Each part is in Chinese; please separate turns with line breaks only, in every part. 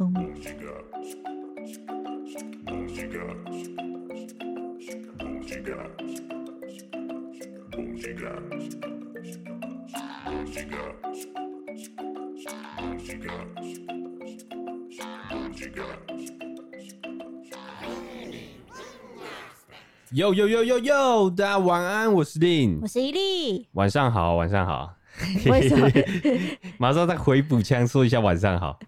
风。
Yo yo yo yo yo，大家晚安，我是令
我，是一粒，
晚上好，晚上好。
为什么？
马上再回补枪说一下晚上好。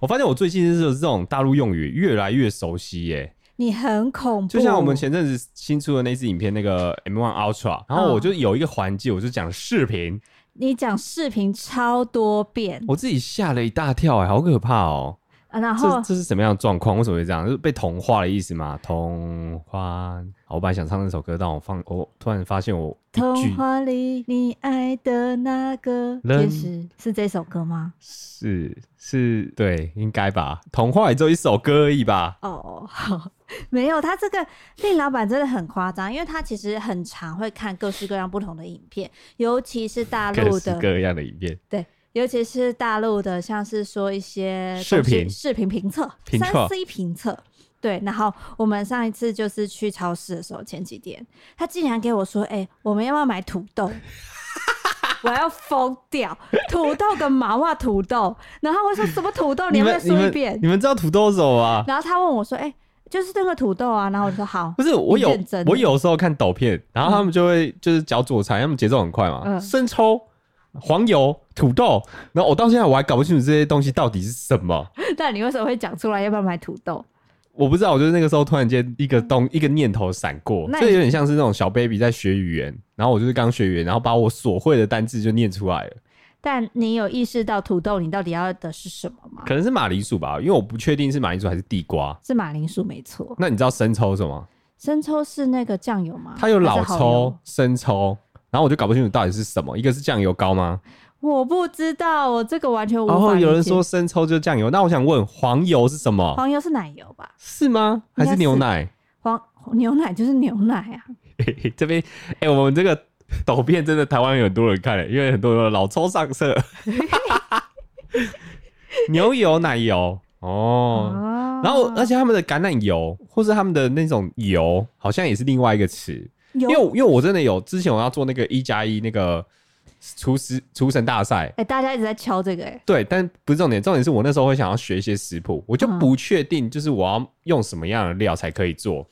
我发现我最近就是这种大陆用语越来越熟悉耶、
你很恐怖。
就像我们前阵子新出的那支影片，那个 M1 Ultra，
嗯
然后我就有一个环节，我就讲视频，
你讲视频超多遍，
我自己吓了一大跳、哎，好可怕
啊
哦、
然后
这这是什么样的状况？为什么会这样？是被同化的意思吗？同化。好我本来想唱那首歌，但我放，我突然发现我一
童
句
话里你爱的那个天使是这首歌吗？
是是，对，应该吧。童话也只有一首歌而已吧。
哦，好， 没有，他这个令老板真的很夸张，因为他其实很常会看各式各样不同的影片，尤其是大
各
陆
式
啊的，
各样的影片，
对，尤其是大陆的，像是说一些
视
东西
频
视频评测、
评测
三 C 评测。对，然后我们上一次就是去超市的时候，前几天他竟然给我说：“哎、我们要不要买土豆？” 我要疯掉！土豆跟毛啊，土豆。然后我说什么土哦豆？你要不要
你
说一
们
遍
你？们知道土豆是什么吗？
然后他问我说：“哎、就是那个土豆啊。”然后我说：“ 好。
不是我
你
有
认真，
我有时候看抖片，然后他们就会就是嚼佐餐，他们节奏很快嘛，
嗯
生抽、黄油、土豆，然后我到现在我还搞不清楚这些东西到底是什么，”
那你为什么会讲出来？要不要买土豆？
我不知道，我就是那个时候突然间一个东一个念头闪过，
那
这
你
有点像是那种小 baby 在学语言，然后我就是刚学语言，然后把我所会的单字就念出来了，
但你有意识到土豆你到底要的是什么吗？
可能是马铃薯吧，因为我不确定是马铃薯还是地瓜。
是马铃薯没错，
那你知道生抽是什么？
生抽是那个酱油吗？
它有老
啊还是蚝油
抽、，生抽，然后我就搞不清楚到底是什么，一个是酱油膏吗？
我不知道，我这个完全无法
然
理解。
后哦有人说生抽就是酱油，那我想问黄油是什么？
黄油是奶油吧？
是吗？还
应
是
该是
牛奶？
黄牛奶就是牛奶啊，
嘿嘿这边，哎、我们这个抖片真的台湾有很多人看、欸因为很多人说老抽上 色，牛油、奶油哦。
哦
然后，而且他们的橄榄油或是他们的那种油，好像也是另外一个词。
因
因为我因为我真的有之前我要做那个一加一那个厨师厨神大赛，
哎，大家一直在敲这个哎、
对，但不是重点，重点是我那时候会想要学一些食谱，我就
嗯
不确定就是我要用什么样的料才可以做。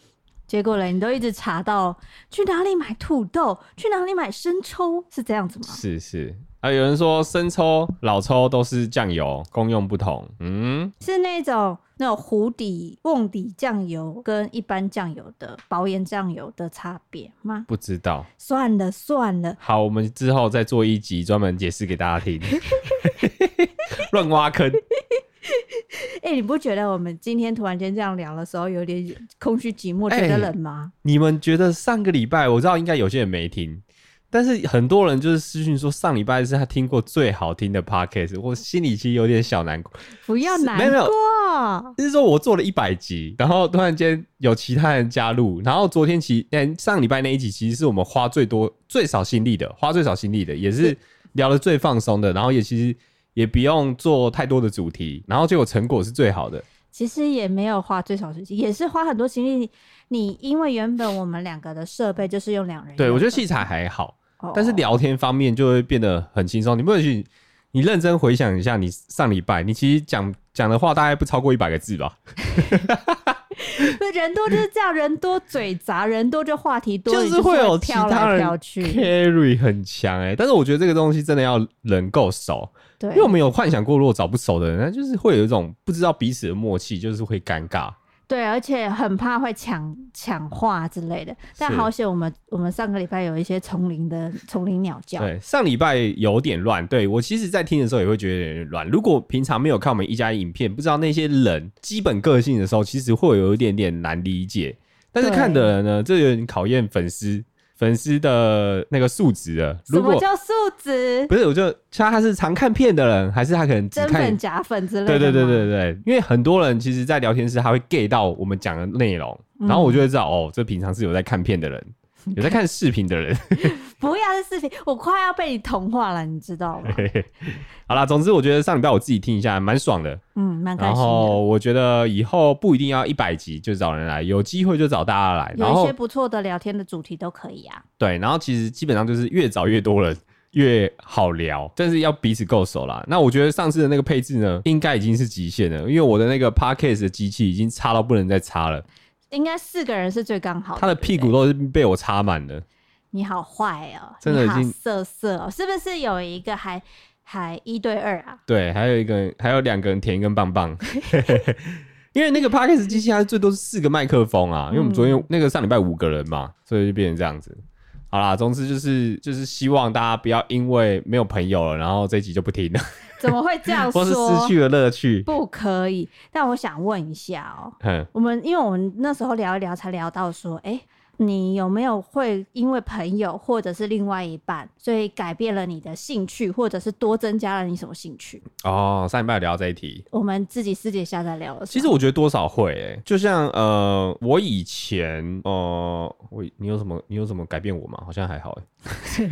结果嘞，你都一直查到去哪里买土豆，去哪里买生抽，是这样子吗？
是是啊，有人说生抽、老抽都是酱油，功用不同。嗯，
是那种那种湖底瓮底酱油跟一般酱油的薄盐酱油的差别吗？
不知道。
算了算了，
好，我们之后再做一集专门解释给大家听。 乱挖坑，
哎、你不觉得我们今天突然间这样聊的时候有点空虚寂寞，
哎
觉得冷吗？
你们觉得上个礼拜我知道应该有些人没听，但是很多人就是私讯说上礼拜是他听过最好听的 podcast，我心里其实有点小难过。
不要
是
难
没有没有
过，
就是说我做了一百集，然后突然间有其他人加入，然后昨天其嗯、上礼拜那一集其实是我们花最多最少心力的，花最少心力的，也是聊的最放松的，然后也其实也不用做太多的主题，然后结果成果是最好的。
其实也没有花最少时间，也是花很多精力。你因为原本我们两个的设备就是用两人用的，
对我觉得器材还好，
哦
但是聊天方面就会变得很轻松。你不能去，你认真回想一下，你上礼拜你其实讲讲的话大概不超过一百个字吧，
对哦 人多就是这样，人多嘴杂，人多就话题多，
就
你
是
是
会有其
飘
他
来
人
飘去。
carry 很强哎、但是我觉得这个东西真的要人够熟。
对
因为我们有幻想过，如果找不熟的人，那就是会有一种不知道彼此的默契，就是会尴尬。
对，而且很怕会抢抢话之类的。但
是
好险，我们我们上个礼拜有一些丛林的丛林鸟叫，
对，上礼拜有点乱，对我其实，在听的时候也会觉得有点乱。如果平常没有看我们一家影片，不知道那些人基本个性的时候，其实会有一点点难理解。但是
对
看的人呢，这有点考验粉丝粉丝的那个素质了。
什
如
么
果
叫素质？
不是，我就像他是常看片的人，还是他可能只
真
看
粉假粉之类的
对
吗。
对对对对，因为很多人其实，在聊天室他会 get 到我们讲的内容，
嗯
然后我就会知道哦，这平常是有在看片的人，有在看视频的人。
不要是视频，我快要被你同化了，你知道 吗？
嘿嘿好啦，总之我觉得上礼拜我自己听一下蛮爽的，
嗯，蛮开
然
心的。
后我觉得以后不一定要一百集就找人来，有机会就找大家来。然
有一
后
些不错的聊天的主题都可以啊。
对，然后其实基本上就是越找越多人越好聊，但是要彼此够熟啦。那我觉得上次的那个配置呢，应该已经是极限了，因为我的那个 podcast 的机器已经插到不能再插了，
应该四个人是最刚好的。
它的
对不
屁
对
股都是被我插满了。
你好坏哦，
真的
你
已
好
经
色色哦，是不是有一个还还一对二啊？
对，还有一个，还有两个人舔一根棒棒。 因为那个 podcast 机器它最多是四个麦克风啊，因为我们昨天那个上礼拜五个人嘛，所以就变成这样子。好啦，总之就是就是希望大家不要因为没有朋友了，然后这一集就不听了，
怎么会这样
或是失
说？
去了乐趣。
不可以。但我想问一下哦，
嗯，
我们因为我们那时候聊一聊，才聊到说，哎、你有没有会因为朋友或者是另外一半，所以改变了你的兴趣，或者是多增加了你什么兴趣？
哦，上礼拜有聊到这一题，
我们自己私底下再聊的时
其
候
实我觉得多少会、欸，就像呃，我以前呃，我你有什么你有什么改变我吗？好像还好、 欸，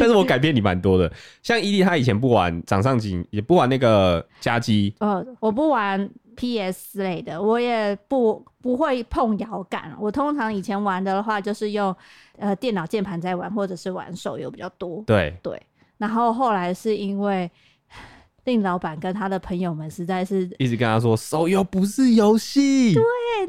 但是我改变你蛮多的。像伊利他以前不玩掌上型，也不玩那个夹击，
呃，我不玩 PS 类的，我也不不会碰摇杆。我通常以前玩的话，就是用呃电脑键盘在玩，或者是玩手游比较多。
对，
对，然后后来是因为 令老板跟他的朋友们实在是，
一直跟他说手游不是游戏，
对，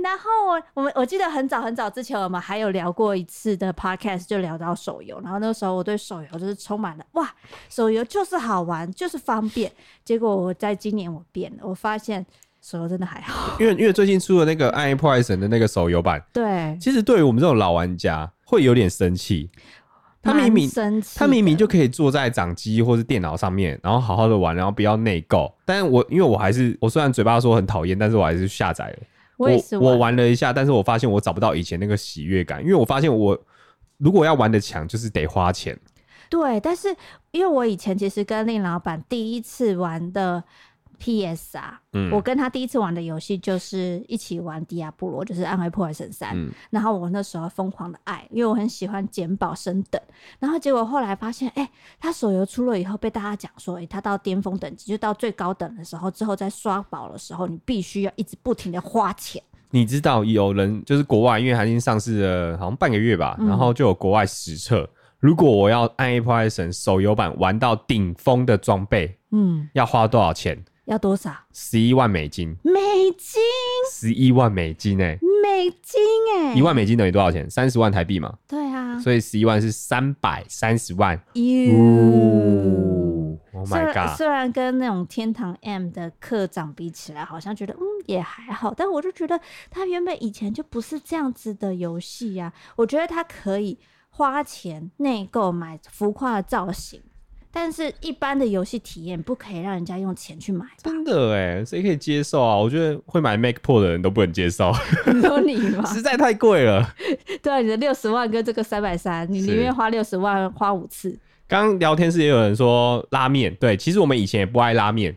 然后我我们我记得很早很早之前，我们还有聊过一次的 podcast，就聊到手游，然后那时候我对手游就是充满了哇，手游就是好玩，就是方便。结果我在今年我变了，我发现手游真的还好。
因为因为最近出了那个《暗夜破坏神》的那个手游版，
对，
其实对于我们这种老玩家会有点生气，他明明
蛮生气的，
他明明就可以坐在掌机或是电脑上面，然后好好的玩，然后不要内购。但是我因为我还是我虽然嘴巴说很讨厌，但是我还是下载了。
我也是
我
玩
玩了一下，但是我发现我找不到以前那个喜悦感，因为我发现我如果要玩的强，就是得花钱。
对，但是因为我以前其实跟令老板第一次玩的 PS 啊，
嗯
我跟他第一次玩的游戏就是一起玩《迪亚波罗》，就是《暗黑破坏神三》
嗯
然后我那时候疯狂的爱，因为我很喜欢捡宝升等。然后结果后来发现，哎、他手游出了以后，被大家讲说，哎、他到巅峰等级，就到最高等的时候，之后在刷宝的时候，你必须要一直不停的花钱。
你知道有人就是国外，因为它已经上市了，好像半个月吧，
嗯
然后就有国外实测。如果我要《暗夜破坏神》手游版玩到顶峰的装备，
嗯，
要花多少钱？
要多少？
十一万美金，
美金，
十一万美金哎、
美金、哎，
一万美金等于多少钱？三十万台币嘛，
对啊，
所以十一万是三百三十万。
哟
哦、oh
虽
my
然
god！。
虽然跟那种天堂 M 的课长比起来，好像觉得嗯也还好，但我就觉得他原本以前就不是这样子的游戏呀。我觉得他可以花钱内购买浮夸的造型，但是一般的游戏体验不可以让人家用钱去买
真的哎，谁可以接受啊？我觉得会买 Mac Pro 的人都不能接受，
你说你吗
实在太贵了。
对啊，你的六十万跟这个三百三，你宁
是
愿花六十万花五次。
刚刚聊天室也有人说拉面，对，其实我们以前也不爱拉面，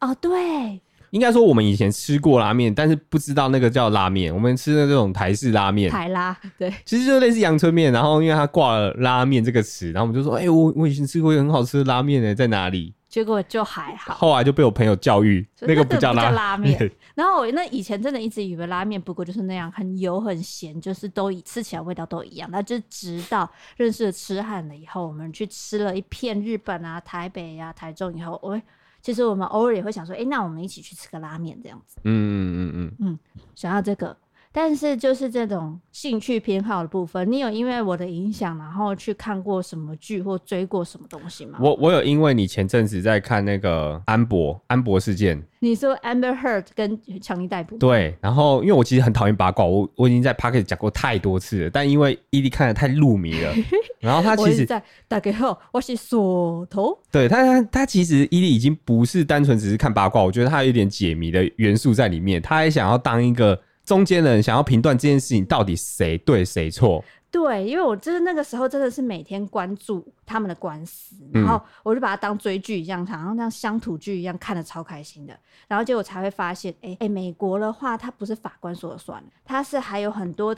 哦，对，
应该说我们以前吃过拉面，但是不知道那个叫拉面，我们吃的这种台式拉面，
台拉，对，
其实就类似阳春面。然后因为它挂了拉面这个词，然后我们就说，哎、我我以前吃过一个很好吃的拉面呢，欸在哪里？
结果就还好。
后来就被我朋友教育，
所以
那个不叫拉
拉面。 然后我那以前真的一直以为拉面不过就是那样，很油很咸，就是都一吃起来味道都一样。那就直到认识了痴汉了以后，我们去吃了一片日本啊、台北啊、台中以后，我会其实我们偶尔也会想说，哎、那我们一起去吃个拉面这样子，
嗯嗯嗯
想要这个。但是就是这种兴趣偏好的部分，你有因为我的影响，然后去看过什么剧或追过什么东西吗
嗯，？我我有因为你前阵子在看那个安博安博事件，
你说 Amber Heard 跟强尼逮捕，
对，然后因为我其实很讨厌八卦，我我已经在 p o c k e t 讲过太多次了，但因为伊利看的太入迷 了，然后他
我
其
一直
实
在打给后，我是锁头。
对他他他其实伊利已经不是单纯只是看八卦，我觉得他有一点解谜的元素在里面，他还想要当一个中间人，想要评断这件事情到底谁对谁错，
对，因为我就是那个时候真的是每天关注他们的官司，然后我就把它当追剧一样，好像像乡土剧一样看的超开心的。然后结果才会发现，哎、哎、美国的话，它不是法官说了算的，它是还有很多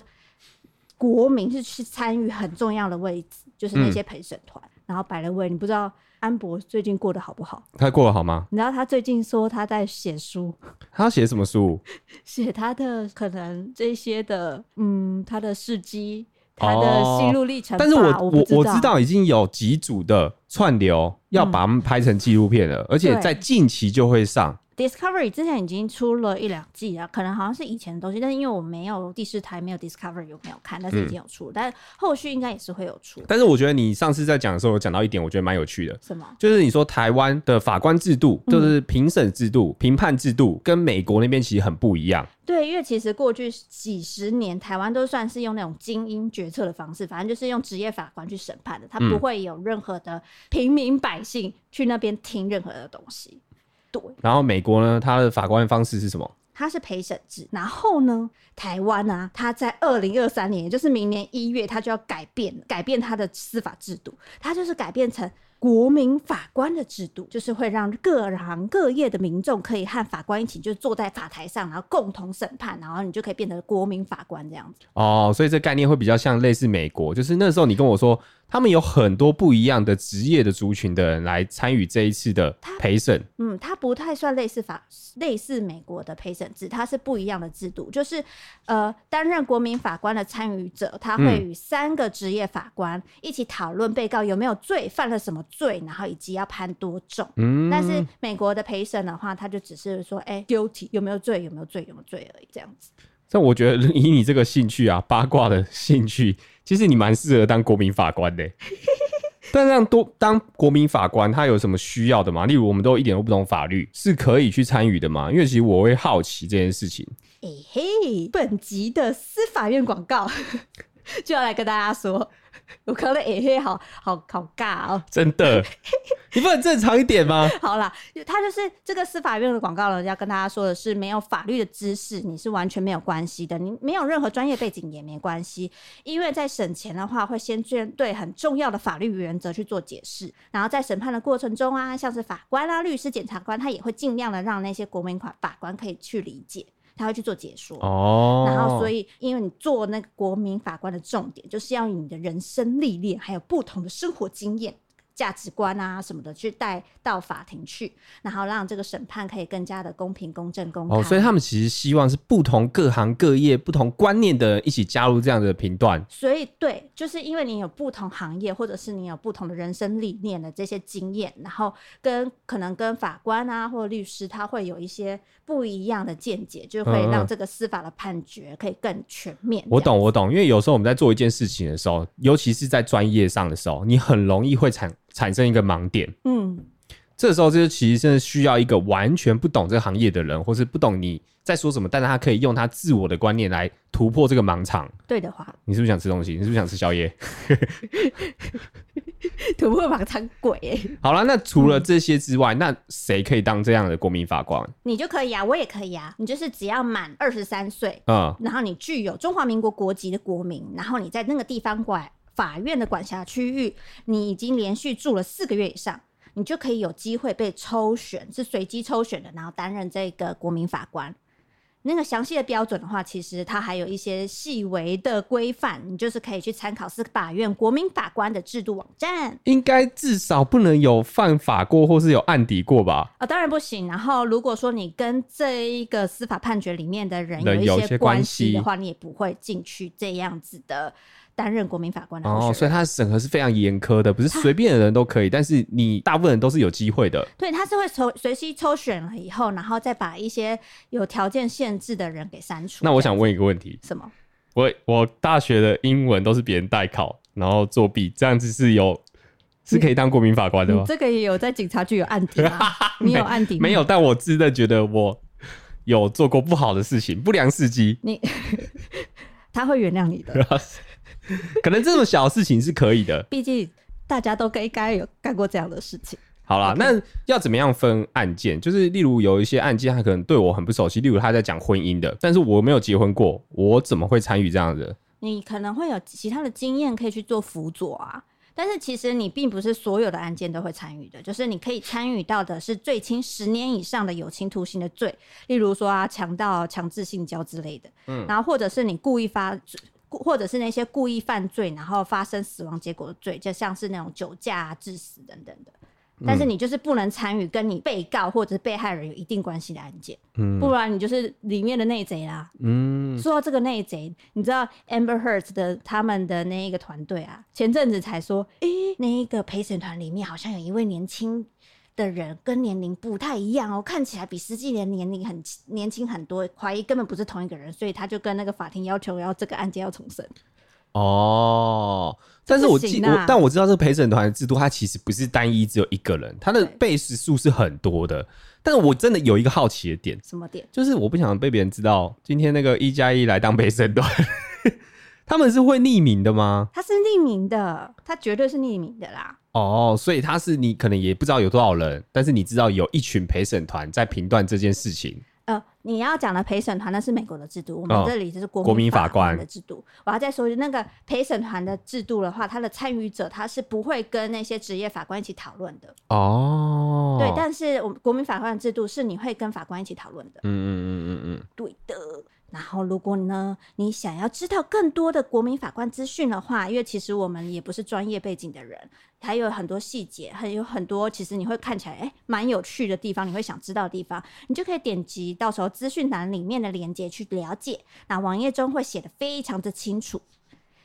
国民是去参与很重要的位置，就是那些陪审团，然后摆了位。你不知道安博最近过得好不好？
他过得好吗？
你知道他最近说他在写书，
他写什么书？
写他的可能这些的，嗯，他的事迹，他的心路历程吧、
哦但是我
我不嗯
我我知，道已经有几组的串流要把它们拍成纪录片了，而且
对
在近期就会上。
Discovery 之前已经出了一两季啊，可能好像是以前的东西，但是因为我没有第四台，没有 Discovery，有没有看？但是已经有出，但后续应该也是会有出。
嗯但是我觉得你上次在讲的时候，有讲到一点，我觉得蛮有趣的，
什么？
就是你说台湾的法官制度，
嗯
就是评审制度、评判制度，跟美国那边其实很不一样。
对，因为其实过去几十年，台湾都算是用那种精英决策的方式，反正就是用职业法官去审判的，他
嗯
不会有任何的平民百姓去那边听任何的东西。对，
然后美国呢，它的法官方式是什么？
它是陪审制，然后呢，台湾啊，它在二零二三年，也就是明年一月，它就要改变了改变它的司法制度，它就是改变成国民法官的制度，就是会让各行各业的民众可以和法官一起，就坐在法台上，然后共同审判，然后你就可以变成国民法官这样子。
哦，所以这概念会比较像类似美国，就是那时候你跟我说，他们有很多不一样的职业的族群的人来参与这一次的陪审。
嗯，它不太算类似法类似美国的陪审制，它是不一样的制度。就是呃，担任国民法官的参与者，他会
嗯
与三个职业法官一起讨论被告有没有罪，犯了什么罪，然后以及要判多重。
嗯，
但是美国的陪审的话，他就只是说，哎、guilty 有没有罪，有没有罪，有没有罪而已，这样子。
但我觉得 以你这个兴趣啊，八卦的兴趣，其实你蛮适合当国民法官的欸。 但让多当国民法官，他有什么需要的吗？例如，我们都一点都不懂法律，是可以去参与的吗？因为其实我会好奇这件事情。
哎、嘿，本集的司法院广告 就要来跟大家说，我刚才哎嘿好好好尬哦、
真的， 你不能正常一点吗？
好啦，他就是这个司法院的广告人要跟大家说的是，没有法律的知识，你是完全没有关系的，你没有任何专业背景也没关系，因为在审前的话，会先针对很重要的法律原则去做解释，然后在审判的过程中啊，像是法官啊、律师、检察官，他也会尽量的让那些国民法法官可以去理解，他会去做解说。
哦，
然后，所以，因为你做那个国民法官的重点，就是要以你的人生历练，还有不同的生活经验、价值观啊什么的，去带到法庭去，然后让这个审判可以更加的公平、公正、公开。
哦，所以他们其实希望是不同各行各业、不同观念的人一起加入这样的频段。
所以对，就是因为你有不同行业，或者是你有不同的人生历练的这些经验，然后跟可能跟法官啊或律师，他会有一些不一样的见解，就会
嗯嗯
让这个司法的判决可以更全面。
我
这样
懂，我懂，因为有时候我们在做一件事情的时候，尤其是在专业上的时候，你很容易会产产生一个盲点。
嗯，
这时候，这其实真的需要一个完全不懂这个行业的人，或是不懂你在说什么，但是他可以用他自我的观念来突破这个盲场。
对的话，
你是不是想吃东西？你是不是想吃宵夜？
突破盲肠鬼、欸。
好了，那除了这些之外，那谁可以当这样的国民法官？
你就可以啊，我也可以啊。你就是只要满二十三岁，
嗯，
然后你具有中华民国国籍的国民，然后你在那个地方管法院的管辖区域，你已经连续住了四个月以上，你就可以有机会被抽选，是随机抽选的，然后担任这个国民法官。那个详细的标准的话，其实它还有一些细微的规范，你就是可以去参考司法院国民法官的制度网站。
应该至少不能有犯法过，或是有案底过吧？
啊、当然不行。然后，如果说你跟这一个司法判决里面的人
人
有
有
一
些关
关系的
系
话，你也不会进去这样子的担任国民法官的候
哦，
选
所以
人。
他的审核是非常严苛的，不是随便的人都可以，但是你大部分人都是有机会的。
对，他是会抽随机抽选了以后，然后再把一些有条件限制的人给删除。
那我
这样
想问一个问题，
什 么？
我我大学的英文都是别人代考，然后作弊，这样子是有是可以当国民法官的吗
你？这个也有在警察局有案底吗？你有案底吗，
没？有，但我真的觉得我有做过不好的事情，不良事迹
你 他会原谅你的，
可能这种小事情是可以的。
毕竟大家都该该有干过这样的事情。
好啦
OK
那要怎么样分案件？就是例如有一些案件，他可能对我很不熟悉，例如他在讲婚姻的，但是我没有结婚过，我怎么会参与这样的？
你可能会有其他的经验可以去做辅佐啊。但是其实你并不是所有的案件都会参与的，就是你可以参与到的是最轻十年以上的有期徒刑的罪，例如说啊强盗、强制性交之类的，嗯，然后或者是你故意发故或者是那些故意犯罪然后发生死亡结果的罪，就像是那种酒驾、啊、致死等等的。但是你就是不能参与跟你被告或者是被害人有一定关系的案件，
嗯
不然你就是里面的内贼啦。
嗯，
说到这个内贼，你知道 Amber Heard 的他们的那一个团队啊，前阵子才说，诶、那一个陪审团里面好像有一位年轻的人跟年龄不太一样哦，看起来比实际的年龄很年轻很多，怀疑根本不是同一个人，所以他就跟那个法庭要求要这个案件要重审。
哦，但是我
这不
记
行
我
啊，
但我知道这个陪审团的制度，它其实不是单一只有一个人，它的
对
被时数是很多的。但是我真的有一个好奇的点，
什么点？
就是我不想被别人知道，今天那个一加一来当陪审团， 他们是会匿名的吗？
他是匿名的，他绝对是匿名的啦。
哦，所以他是你可能也不知道有多少人，但是你知道有一群陪审团在评断这件事情。
呃，你要讲的陪审团那是美国的制度，我
哦
们这里就是国
国民法
法
官
的制度。我要再说，那个陪审团的制度的话，他的参与者他是不会跟那些职业法官一起讨论的。
哦，
对，但是我们国民法官的制度是你会跟法官一起讨论的。
嗯嗯嗯嗯
对的。然后，如果呢，你想要知道更多的国民法官资讯的话，因为其实我们也不是专业背景的人，还有很多细节，还有很多其实你会看起来哎蛮有趣的地方，你会想知道的地方，你就可以点击到时候资讯栏里面的链接去了解。那网页中会写的非常的清楚。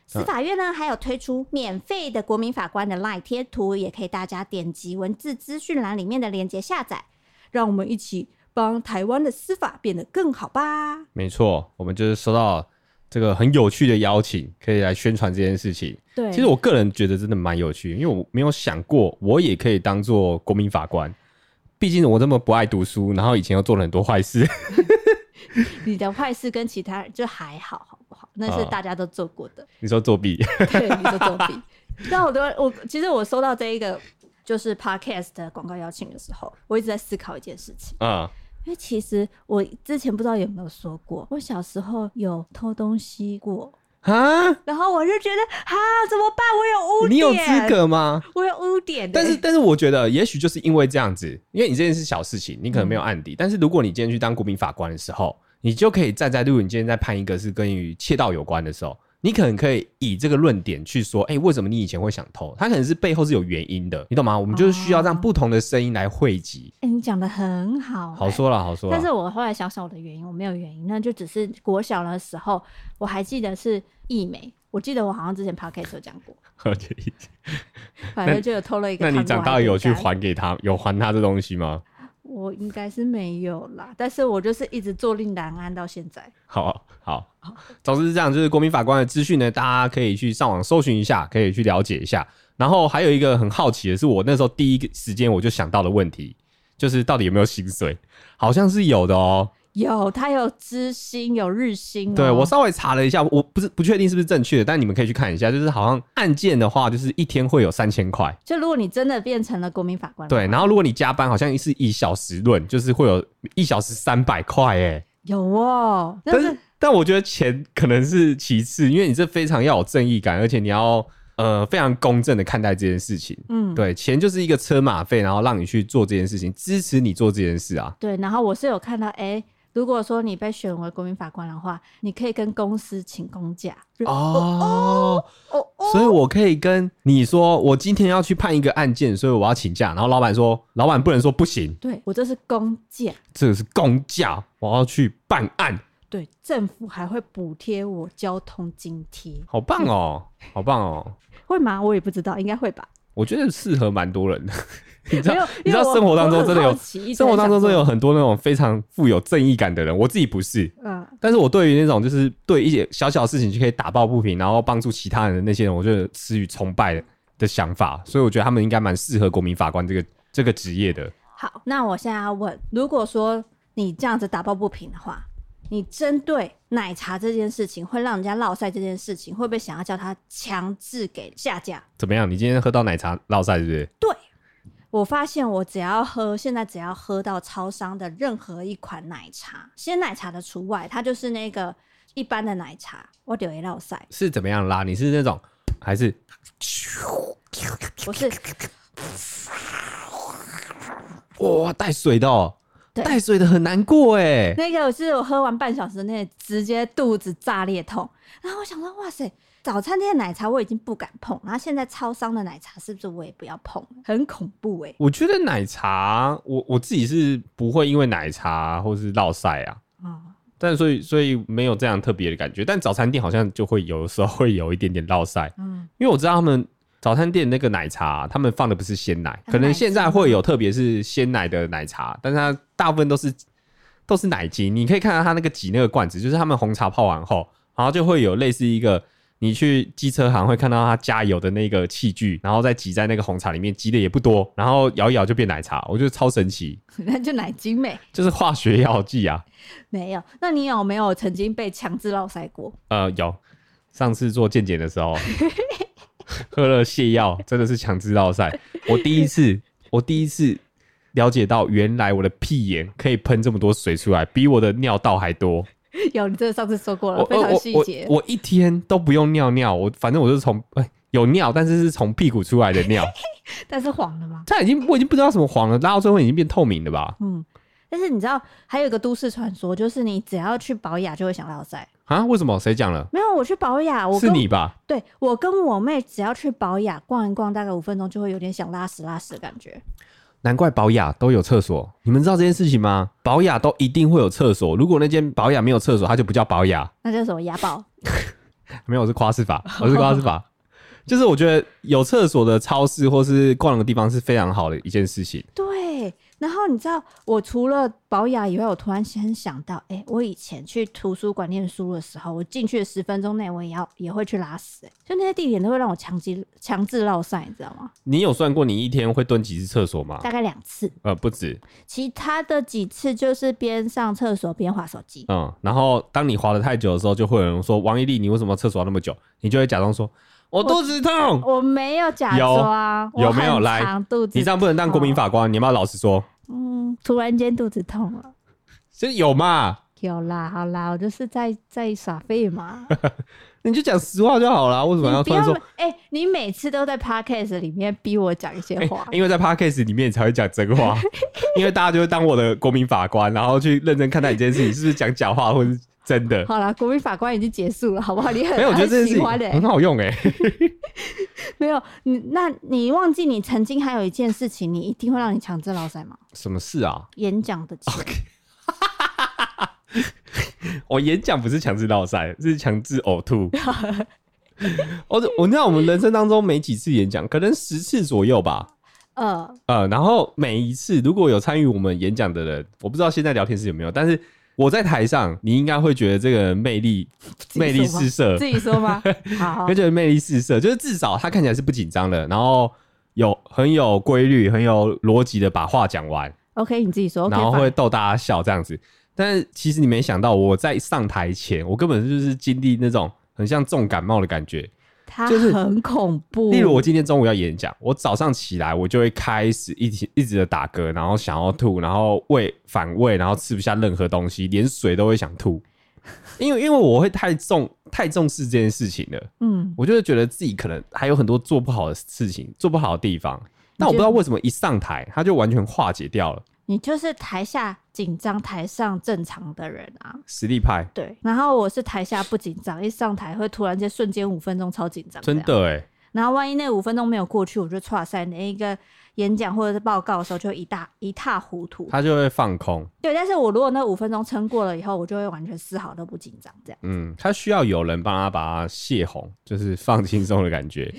司法院呢，还有推出免费的国民法官的 LINE 贴图，也可以大家点击文字资讯栏里面的链接下载。让我们一起帮台湾的司法变得更好吧
嗯，。没错，我们就是收到这个很有趣的邀请，可以来宣传这件事情。
对，
其实我个人觉得真的蛮有趣，因为我没有想过我也可以当做国民法官。毕竟我这么不爱读书，然后以前又做了很多坏事，
你的坏事跟其他人就还好，好不好？那
啊
是大家都做过的，
你说作弊，
对，你就作 弊。但我都我其实我收到这一个就是 podcast 的广告邀请的时候，我一直在思考一件事情，
啊，
因为其实我之前不知道有没有说过，我小时候有偷东西过，
啊，
然后我就觉得啊怎么办？我有污点，
你有资，格吗？
我有污点的、
但是，但是我觉得，也许就是因为这样子，因为你这件事小事情，你可能没有案
嗯
底。但是，如果你今天去当国民法官的时候，你就可以站在，如果你今天在判一个是跟与窃盗有关的时候，你可能可以以这个论点去说，哎、为什么你以前会想偷？它可能是背后是有原因的，你懂吗？我们就是需要
哦
让不同的声音来汇集。
哎、你讲的很好、
好说了，好说
但是
了。
我后来想想我的原因，我没有原因，那就只是国小的时候，我还记得是艺美，我记得我好像之前 podcast 有讲 过，反正就有偷了一个
那
糖果。
你长大有去
还饼干？
还给他，有还他这东西吗？
我应该是没有啦，但是我就是一直坐立难安到现在。
好好，总之是这样，就是国民法官的资讯呢，大家可以去上网搜寻一下，可以去了解一下。然后还有一个很好奇的是，我那时候第一个时间我就想到的问题，就是到底有没有薪水？好像是有的哦。
有，他有知心，有日薪、哦。
对我稍微查了一下，我不是不确定是不是正确的，但你们可以去看一下，就是好像案件的话，就是一天会有三千块。
就如果你真的变成了国民法官，
对，，然后如果你加班，好像是一小时论，就是会有一小时三百块哎。
有哦，但
但
是
是，但我觉得钱可能是其次，因为你这非常要有正义感，而且你要呃非常公正的看待这件事情。
嗯，
对，钱就是一个车马费，然后让你去做这件事情，支持你做这件事啊。
对，然后我是有看到，哎、如果说你被选为国民法官的话，你可以跟公司请公假。就
哦，
哦哦，
所以我可以跟你说，我今天要去判一个案件，所以我要请假。然后老板说，老板不能说不行，
对我这是公假，
这个是公假，我要去办案，
对政府还会补贴我交通津贴，
好棒 哦，好棒哦。
会吗？我也不知道，应该会吧。
我觉得适合蛮多人的，你知
没
道
有，，
你知
因为
道
我
生活当中真的
我
有
很好奇
生活当中真的，
一
有很多那种非常富有正义感的人，我自己不是，
直在想说嗯，
但是我对于那种就是对一些小小事情就可以打抱不平，然后帮助其他人的那些人，我觉得持于崇拜的想法，所以我觉得他们应该蛮适合国民法官这个这个职业的。
好，那我现在要问，如果说你这样子打抱不平的话，你针对奶茶这件事情，会让人家落赛这件事情，会不会想要叫他强制给下架？
怎么样？你今天喝到奶茶落晒是不是？
我发现我只要喝，现在只要喝到超商的任何一款奶茶，鲜奶茶的除外，它就是那个一般的奶茶，我就会落赛。
是怎么样拉？你是那种还是
不是，
哇带水的、哦？
对
带水的很难过哎、
那个是我喝完半小时内直接肚子炸裂痛，然后我想说，哇塞，早餐店的奶茶我已经不敢碰，然后现在超商的奶茶是不是我也不要碰了？很恐怖哎、
我觉得奶茶，我我自己是不会因为奶茶或是落晒啊，
哦，
但所以所以没有这样特别的感觉。但早餐店好像就会有时候会有一点点落晒，
嗯，
因为我知道他们早餐店那个奶茶，他们放的不是鲜奶，
嗯
可能现在会有，特别是鲜奶的奶茶，但是它大部分都是都是奶精。你可以看到它那个挤那个罐子，就是他们红茶泡完后，然后就会有类似一个。你去机车行会看到它加油的那个器具，然后再挤在那个红茶里面，挤的也不多，然后摇一摇就变奶茶，我觉得超神奇，
那 就奶精美
就是化学药剂啊。
没有。那你有没有曾经被强制落腮过？
呃，有上次做健检的时候喝了泻药，真的是强制绕赛。我第一次，我第一次了解到，原来我的屁眼可以喷这么多水出来，比我的尿道还多。
有，你这上次说过
我
了，哦非
我
常
我
细
我
节。
我一天都不用尿尿，我反正我就是从、哎有尿，但是是从屁股出来的尿。
但是黄了吗？
这已经我已经不知道什么黄了，拉到最后已经变透明了吧？
嗯，但是你知道还有一个都市传说，就是你只要去保养就会想落腮。
啊？为什么？谁讲了？
没有，我去保养，我
是
跟
你吧？
对我跟我妹只要去保养逛一逛，大概五分钟就会有点想拉屎拉屎的感觉。
难怪保雅都有厕所，你们知道这件事情吗？保雅都一定会有厕所，如果那间保雅没有厕所，它就不叫保雅。
那叫什么牙宝？
没有，我是夸饰法，我是夸饰法。就是我觉得有厕所的超市或是逛的地方是非常好的一件事情。
对，然后你知道，我除了保养以外，我突然先想到，哎、我以前去图书馆念书的时候，我进去的十分钟内，我也要也会去拉屎、诶就那些地点都会让我强制强制绕塞，你知道吗？
你有算过你一天会蹲几次厕所吗？
大概两次，
呃，不止，
其他的几次就是边上厕所边划手机。
嗯。然后当你滑的太久的时候，就会有人说：“王一丽，你为什么厕所要那么久？”你就会假装说：“我肚子痛。
我没有假
嗯有
装，
有
我
没有
很
来
常肚”子，
你这样不能当国民法官，你要不要老实说？
嗯，突然间肚子痛了。
这有嘛？
有啦，好啦，我就是在在耍废嘛。
你就讲实话就好啦，为什
你
么要
不
突然
要
说
每哎、你每次都在 podcast 里面逼我讲一些
欸
话，
因为在 podcast 里面你才会讲真 话，因为大家就会当我的国民法官，然后去认真看待你这件事情是不是讲假话或是真的。
好啦，国民法官已经结束了，好不好？你很
没有，我觉得这
很
件事
喜
情
欢的、欸
很好用哎、
没有你，那你忘记你曾经还有一件事情，你一定会让你强制劳塞吗？
什么事啊？
演讲的钱
我哦演讲不是强制闹塞，是强制呕 吐。我我知道我们人生当中没几次演讲，可能十次左右吧。
呃，
呃，然后每一次如果有参与我们演讲的人，我不知道现在聊天室有没有，但是我在台上，你应该会觉得这个魅力
自己
魅力
说吧
四射，
自己说 吗？好
他，觉得魅力四射，就是至少他看起来是不紧张的，然后有很有规律、很有逻辑的把话讲完，
，OK，你自己说，OK，
然后
fine
会逗大家笑这样子。但是其实你没想到，我在上台前，我根本就是经历那种很像重感冒的感觉。
他
就是
很恐怖。
例如，我今天中午要演讲，我早上起来我就会开始一直一直的打嗝，然后想要吐，然后胃反胃，然后吃不下任何东西，连水都会想吐，因为因为我会太重太重视这件事情了。
嗯，
我就会觉得自己可能还有很多做不好的事情，做不好的地方。但我不知道为什么一上台，他就完全化解掉了，
你就是台下紧张，台上正常的人啊。
实力派，
对，然后我是台下不紧张，一上台会突然间瞬间五分钟超紧张，
真。的哎、
啊然后万一那五分钟没有过去，我就岔赛，那一个演讲或者是报告的时候就一大一塌糊涂。
他就会放空。
对，但是我如果那五分钟撑过了以后，我就会完全丝毫都不紧张，这样。
嗯，他需要有人帮他把他泄洪，就是放轻松的感觉。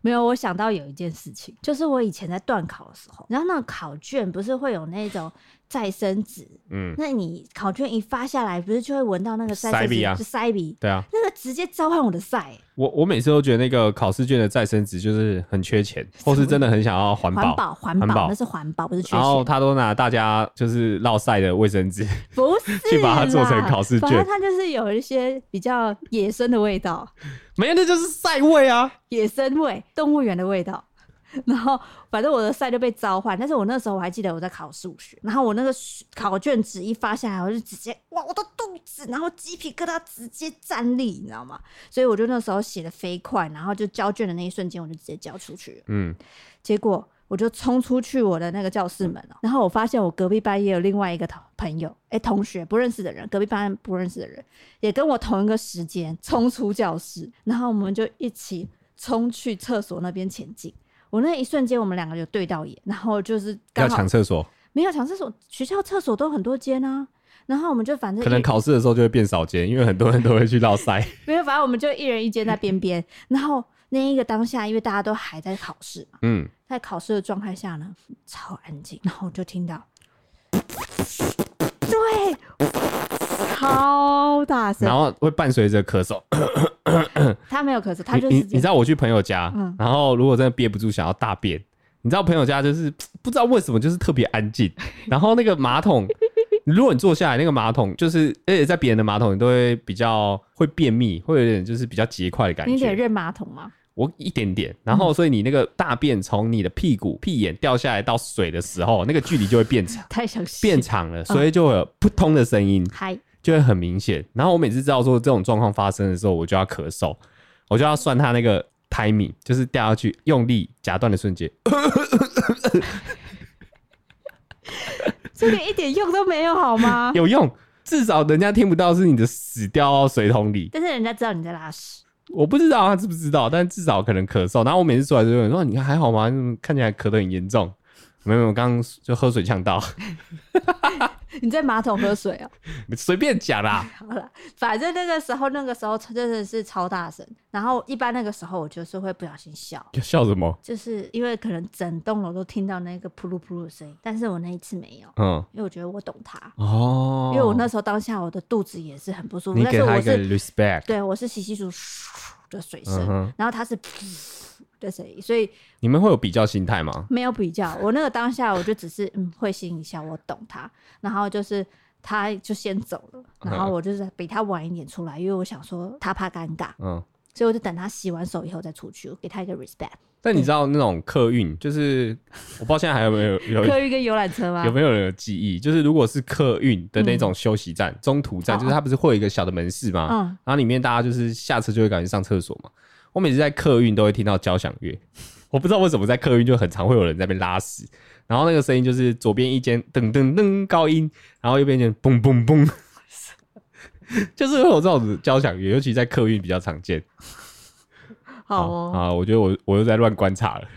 没有，我想到有一件事情，就是我以前在断考的时候，然后那个考卷不是会有那种再生纸，
嗯，
那你考卷一发下来，不是就会闻到那个再
塞
生
鼻
纸
啊
就塞鼻，
对啊，
那个直接召唤我的塞、欸
我我每次都觉得那个考试卷的再生纸就是很缺钱，或是真的很想要环保。
环保环
环保哦
那是环保，不是缺
然后
钱，
他都拿大家就是落晒的卫生纸，
不是
去把它做成
啦
考试
反正
卷
它就是有一些比较野生的味道。
没有，那就是晒味啊。
野生味、动物园的味道。然后反正我的赛就被召唤，但是我那时候我还记得我在考数学，然后我那个数考卷纸一发下来，我就直接哇，我的肚子，然后鸡皮疙瘩直接站立，你知道吗？所以我就那时候写的飞快，然后就交卷的那一瞬间我就直接交出去了。
嗯，
结果我就冲出去我的那个教室门了、然后我发现我隔壁班也有另外一个同朋友，哎、同学不认识的人，隔壁班不认识的人，也跟我同一个时间冲出教室，然后我们就一起冲去厕所那边前进。我那一瞬间，我们两个就对到眼，然后就是
要
刚好
抢厕所，
没有抢厕所，学校厕所都很多间啊。然后我们就反正
可能
一
考试的时候就会变少间，因为很多人都会去绕塞。
没有，反正我们就一人一间在边边。然后那一个当下，因为大家都还在考试嘛，
嗯，
在考试的状态下呢，超安静。然后我就听到，对，超大
然
声。
后会伴随着咳嗽。
他没有咳嗽，他就
你你
是
你知道我去朋友家，
嗯
然后如果真的憋不住想要大便，你知道朋友家就是不知道为什么就是特别安 静，然后那个马桶，如果你坐下来，那个马桶就是，而且在别人的马桶，你都会比较会便秘，会有点就是比较结块的感
你得
觉。
认马桶吗？。
我一点点，然后所以你那个大便从你的屁股屁眼掉下来到水的时候，那个距离就会变长
太详细。
变长了，所以就会有扑通的声音，
嗨，
就会很明显。然后我每次知道说这种状况发生的时候，我就要咳嗽，我就要算它那个 timing，就是掉下去用力夹断的瞬间。？
这个一点用都没有好吗
有用，至少人家听不到是你的屎掉到水桶里。
但是人家知道你在拉屎，
我不知道他知不知道，但至少可能咳嗽。然后我每次出来就有人说：“你看还好吗？你怎么看起来咳得很严重。”没有，没有，我刚刚就喝水呛到，
你在马桶喝水哦、
随便讲啦。
好了，反正那个时候，那个时候真的是超大声。然后一般那个时候，我就是会不小心笑，
要笑什么？
就是因为可能整栋楼都听到那个噗噜噗噜的声音，但是我那一次没有，
嗯，
因为我觉得我懂他，
哦，
因为我那时候当下我的肚子也是很不舒服，
你
但
给
是
他
我
一个
是
respect，
对我是洗洗漱漱的水声，
嗯哼
然后他是噗的声音，所以
你们会有比较心态吗？
没有比较。我那个当下我就只是嗯会心一笑，我懂他，然后就是。他就先走了，然
嗯
后我就是比他晚一点出来，因为我想说他怕尴尬，
嗯，
所以我就等他洗完手以后再出去，我给他一个 respect。
但你知道那种客运，就是我不知道现在还有没有有
客运跟游览车吗？
有没有人有记忆，就是如果是客运的那种休息站、中途
嗯
站，
哦
就是它不是会有一个小的门市吗？
嗯
然后里面大家就是下车就会赶紧上厕所嘛。我每次在客运都会听到交响乐，我不知道为什么在客运就很常会有人在那边拉屎，然后那个声音就是左边一间噔噔噔高音，然后右边一间嘣嘣嘣， 就是会有这种交响乐，尤其在客运比较常见。
好哦。
啊，我觉得我我又在乱观察 了。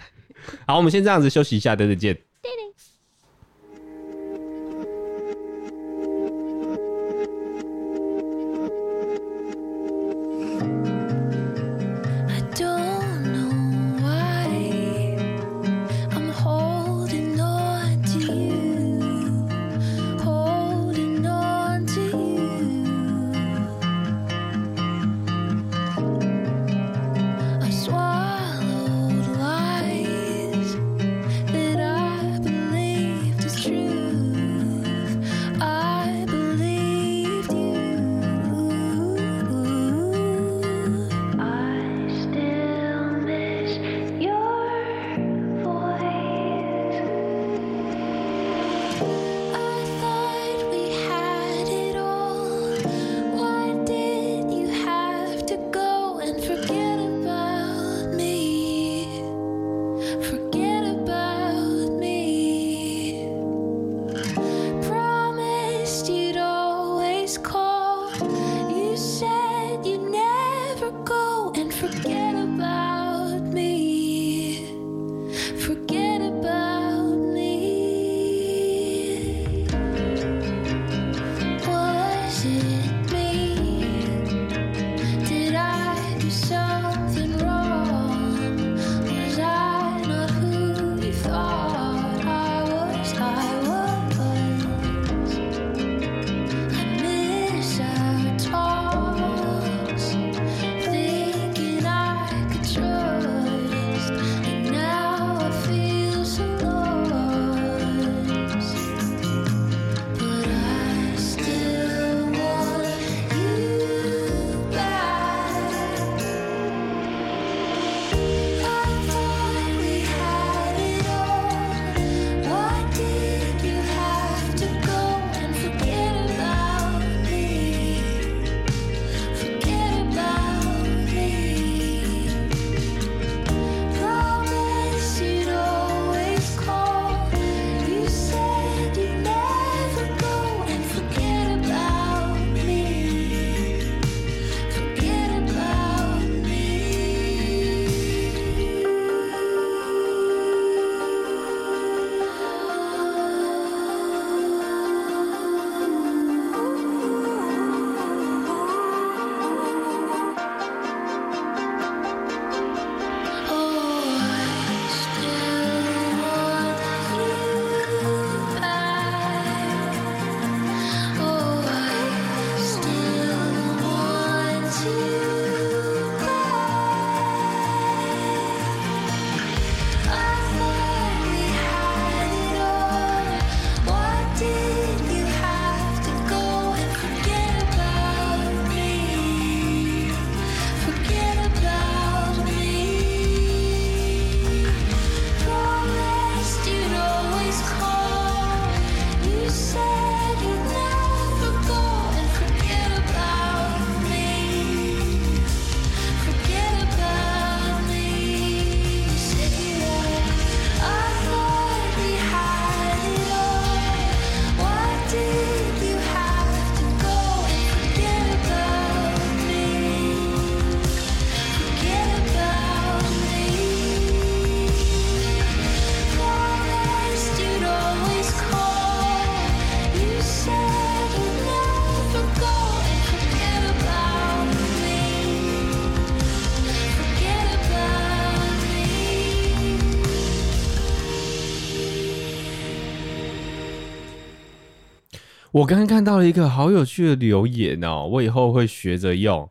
好，我们先这样子休息一下，等等见。
I don't know why I'm holding on to you, holding on to you. I swallowed lies that I Oh,
我刚刚看到了一个好有趣的留言哦，我以后会学着用。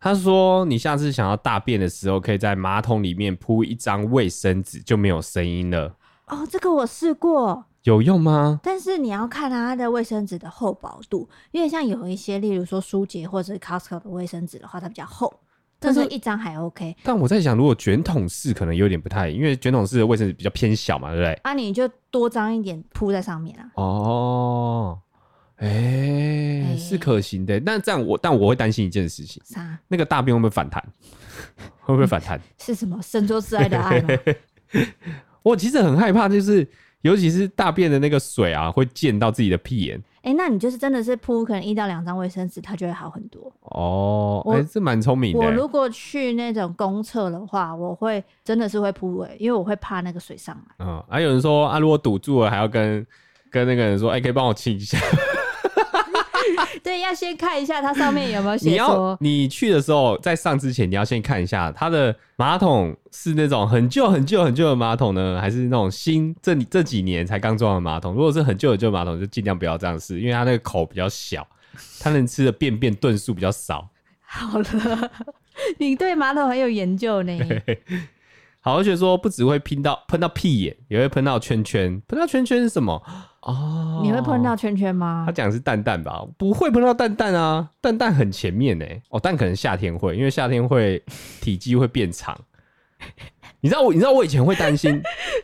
他说：“你下次想要大便的时候，可以在马桶里面铺一张卫生纸，就没有声音了。
哦，这个我试过，
有用吗？
但是你要看啊它的卫生纸的厚薄度，因为像有一些，例如说舒洁或者是 Costco 的卫生纸的话，它比较厚，但
但
是
是
一张还 OK。
但我在想，如果卷筒式可能有点不太，因为卷筒式的卫生纸比较偏小嘛，对不对？
啊，你就多张一点铺在上面啊。
哦，哎、
哎
是可行的。那这样我，但我会担心一件事情，
啥
那个大便会不会反弹？ 会不会反弹？
是什么？神州之爱的 爱吗？
我其实很害怕，就是尤其是大便的那个水啊，会溅到自己的屁眼。
哎、那你就是真的是铺可能一到两张卫生纸，它就会好很多。
哦，
我
哎、这蛮聪明的
我
欸、
如果去那种公厕的话，我会真的是会铺诶、因为我会怕那个水上来。
嗯，还、有人说啊，如果堵住了，还要跟跟那个人说，哎、可以帮我清一下。
对，要先看一下它上面有 没有
你
写
要
说，
你去的时候，在上之前，你要先看一下它的马桶是那种很旧很旧很旧的马桶呢，还是那种新这这几年才刚装的马桶？如果是很旧很旧的马桶，就尽量不要这样试，因为它那个口比较小，它能吃的便便吨数比较少。
好了。 你对马桶很有研究呢，
好，而且说不只会喷到喷到屁眼，也会喷到圈圈。喷到圈圈是什么？哦，
你会碰到圈圈吗
他？讲的是蛋蛋吧？不会碰到蛋蛋啊，蛋蛋很前面呢、哦，但可能夏天会，因为夏天会体积会变长。你知道我，你知道我以前会担 心。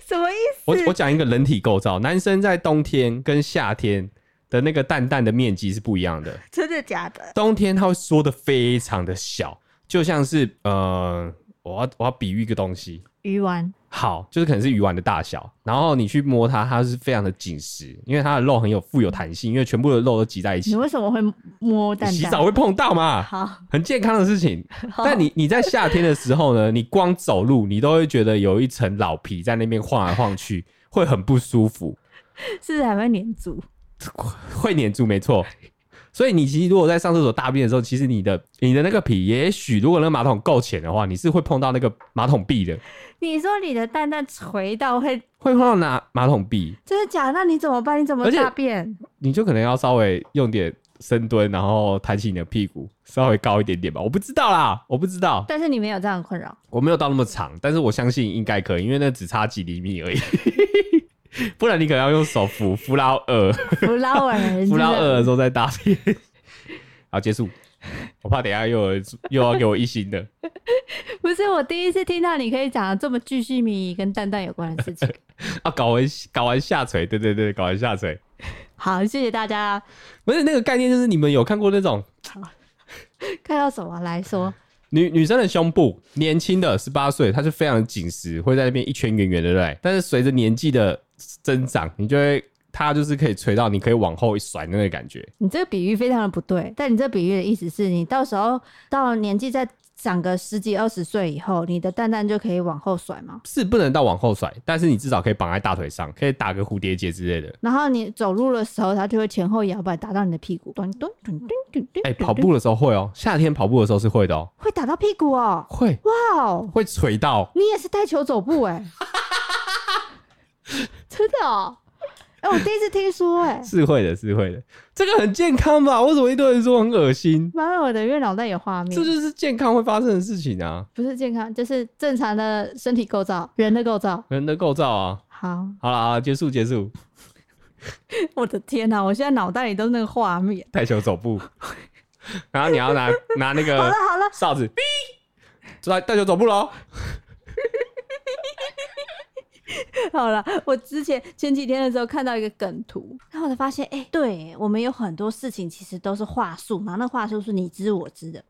什么意思？
我我讲一个人体构造，男生在冬天跟夏天的那个蛋蛋的面积是不一样的。
真的假的？
冬天它会缩的非常的小，就像是呃，我要我要比喻一个东西，
鱼丸
好，就是可能是鱼丸的大小，然后你去摸它，它是非常的紧实，因为它的肉很有富有弹性，因为全部的肉都挤在一起
你。为什么会摸蛋蛋？
洗澡会碰到嘛，
好，
很健康的事情。但你你在夏天的时候呢， 你光走路，你都会觉得有一层老皮在那边晃来晃去，会很不舒服，
是还会粘住，
会黏住，没错。所以你其实如果在上厕所大便的时候，其实你的你的那个皮，也许如果那个马桶够浅的话，你是会碰到那个马桶壁的，
你说你的蛋蛋垂到会，
会碰到那马桶壁。
真的假的？那你怎么办？你怎
而
么
且
大便？
你就可能要稍微用点深蹲，然后抬起你的屁股，稍微高一点点吧。我不知道啦，我不知道，
但是你没有这样的困 扰，
我没有到那么长，但是我相信应该可以，因为那只差几厘米而已。 不然你可能要用手扶扶到耳，
不捞人，
扶到耳的
人
时候再大便。 好，结束。我怕等一下又有人又要给我一星的。
不是我第一次听到你可以讲得这么巨细靡遗跟蛋蛋有关的事 情。
啊，搞完搞完下垂，对对对，搞完下垂。
好，谢谢大家。
不是那个概念，就是你们有看过那种
看到什么来说？
女女生的胸部，年轻的十八岁，它是非常紧实，会在那边一圈圆圆的，对不对？但是随着年纪的增长，你就会它就是可以垂到，你可以往后一甩的那个感觉。
你这个比喻非常的不对，但你这比喻的意思是你到时候到年纪再长个十几二十岁以后，你的蛋蛋就可以往后甩吗？
是不能到往后甩，但是你至少可以绑在大腿上，可以打个蝴蝶结之类的。
然后你走路的时候，它就会前后摇摆，打到你的屁股，嗯咚咚咚咚咚咚。
哎、跑步的时候会哦、夏天跑步的时候是会的哦、
会打到屁股哦！
会
哇哦，
会垂到。
你也是带球走步哎、 真的哦！哎、我第一次听说哎、
是会的，是会的，这个很健康吧？为什么一堆人说很恶心？
蛮有的，因为脑袋有画面
这。就是健康会发生的事情啊，
不是健康，就是正常的身体构造，人的构造。
人的构造啊。
好，
好啦，结束结束，
我的天哪、我现在脑袋里都是那个画面。
带球走步， 然后你要拿拿那
好
个
了好了，
哨子，带带球走步喽。
好了，我之前前几天的时候看到一个梗图，然后我才发现，哎、对我们有很多事情其实都是话术，然后那话术是你知我知的，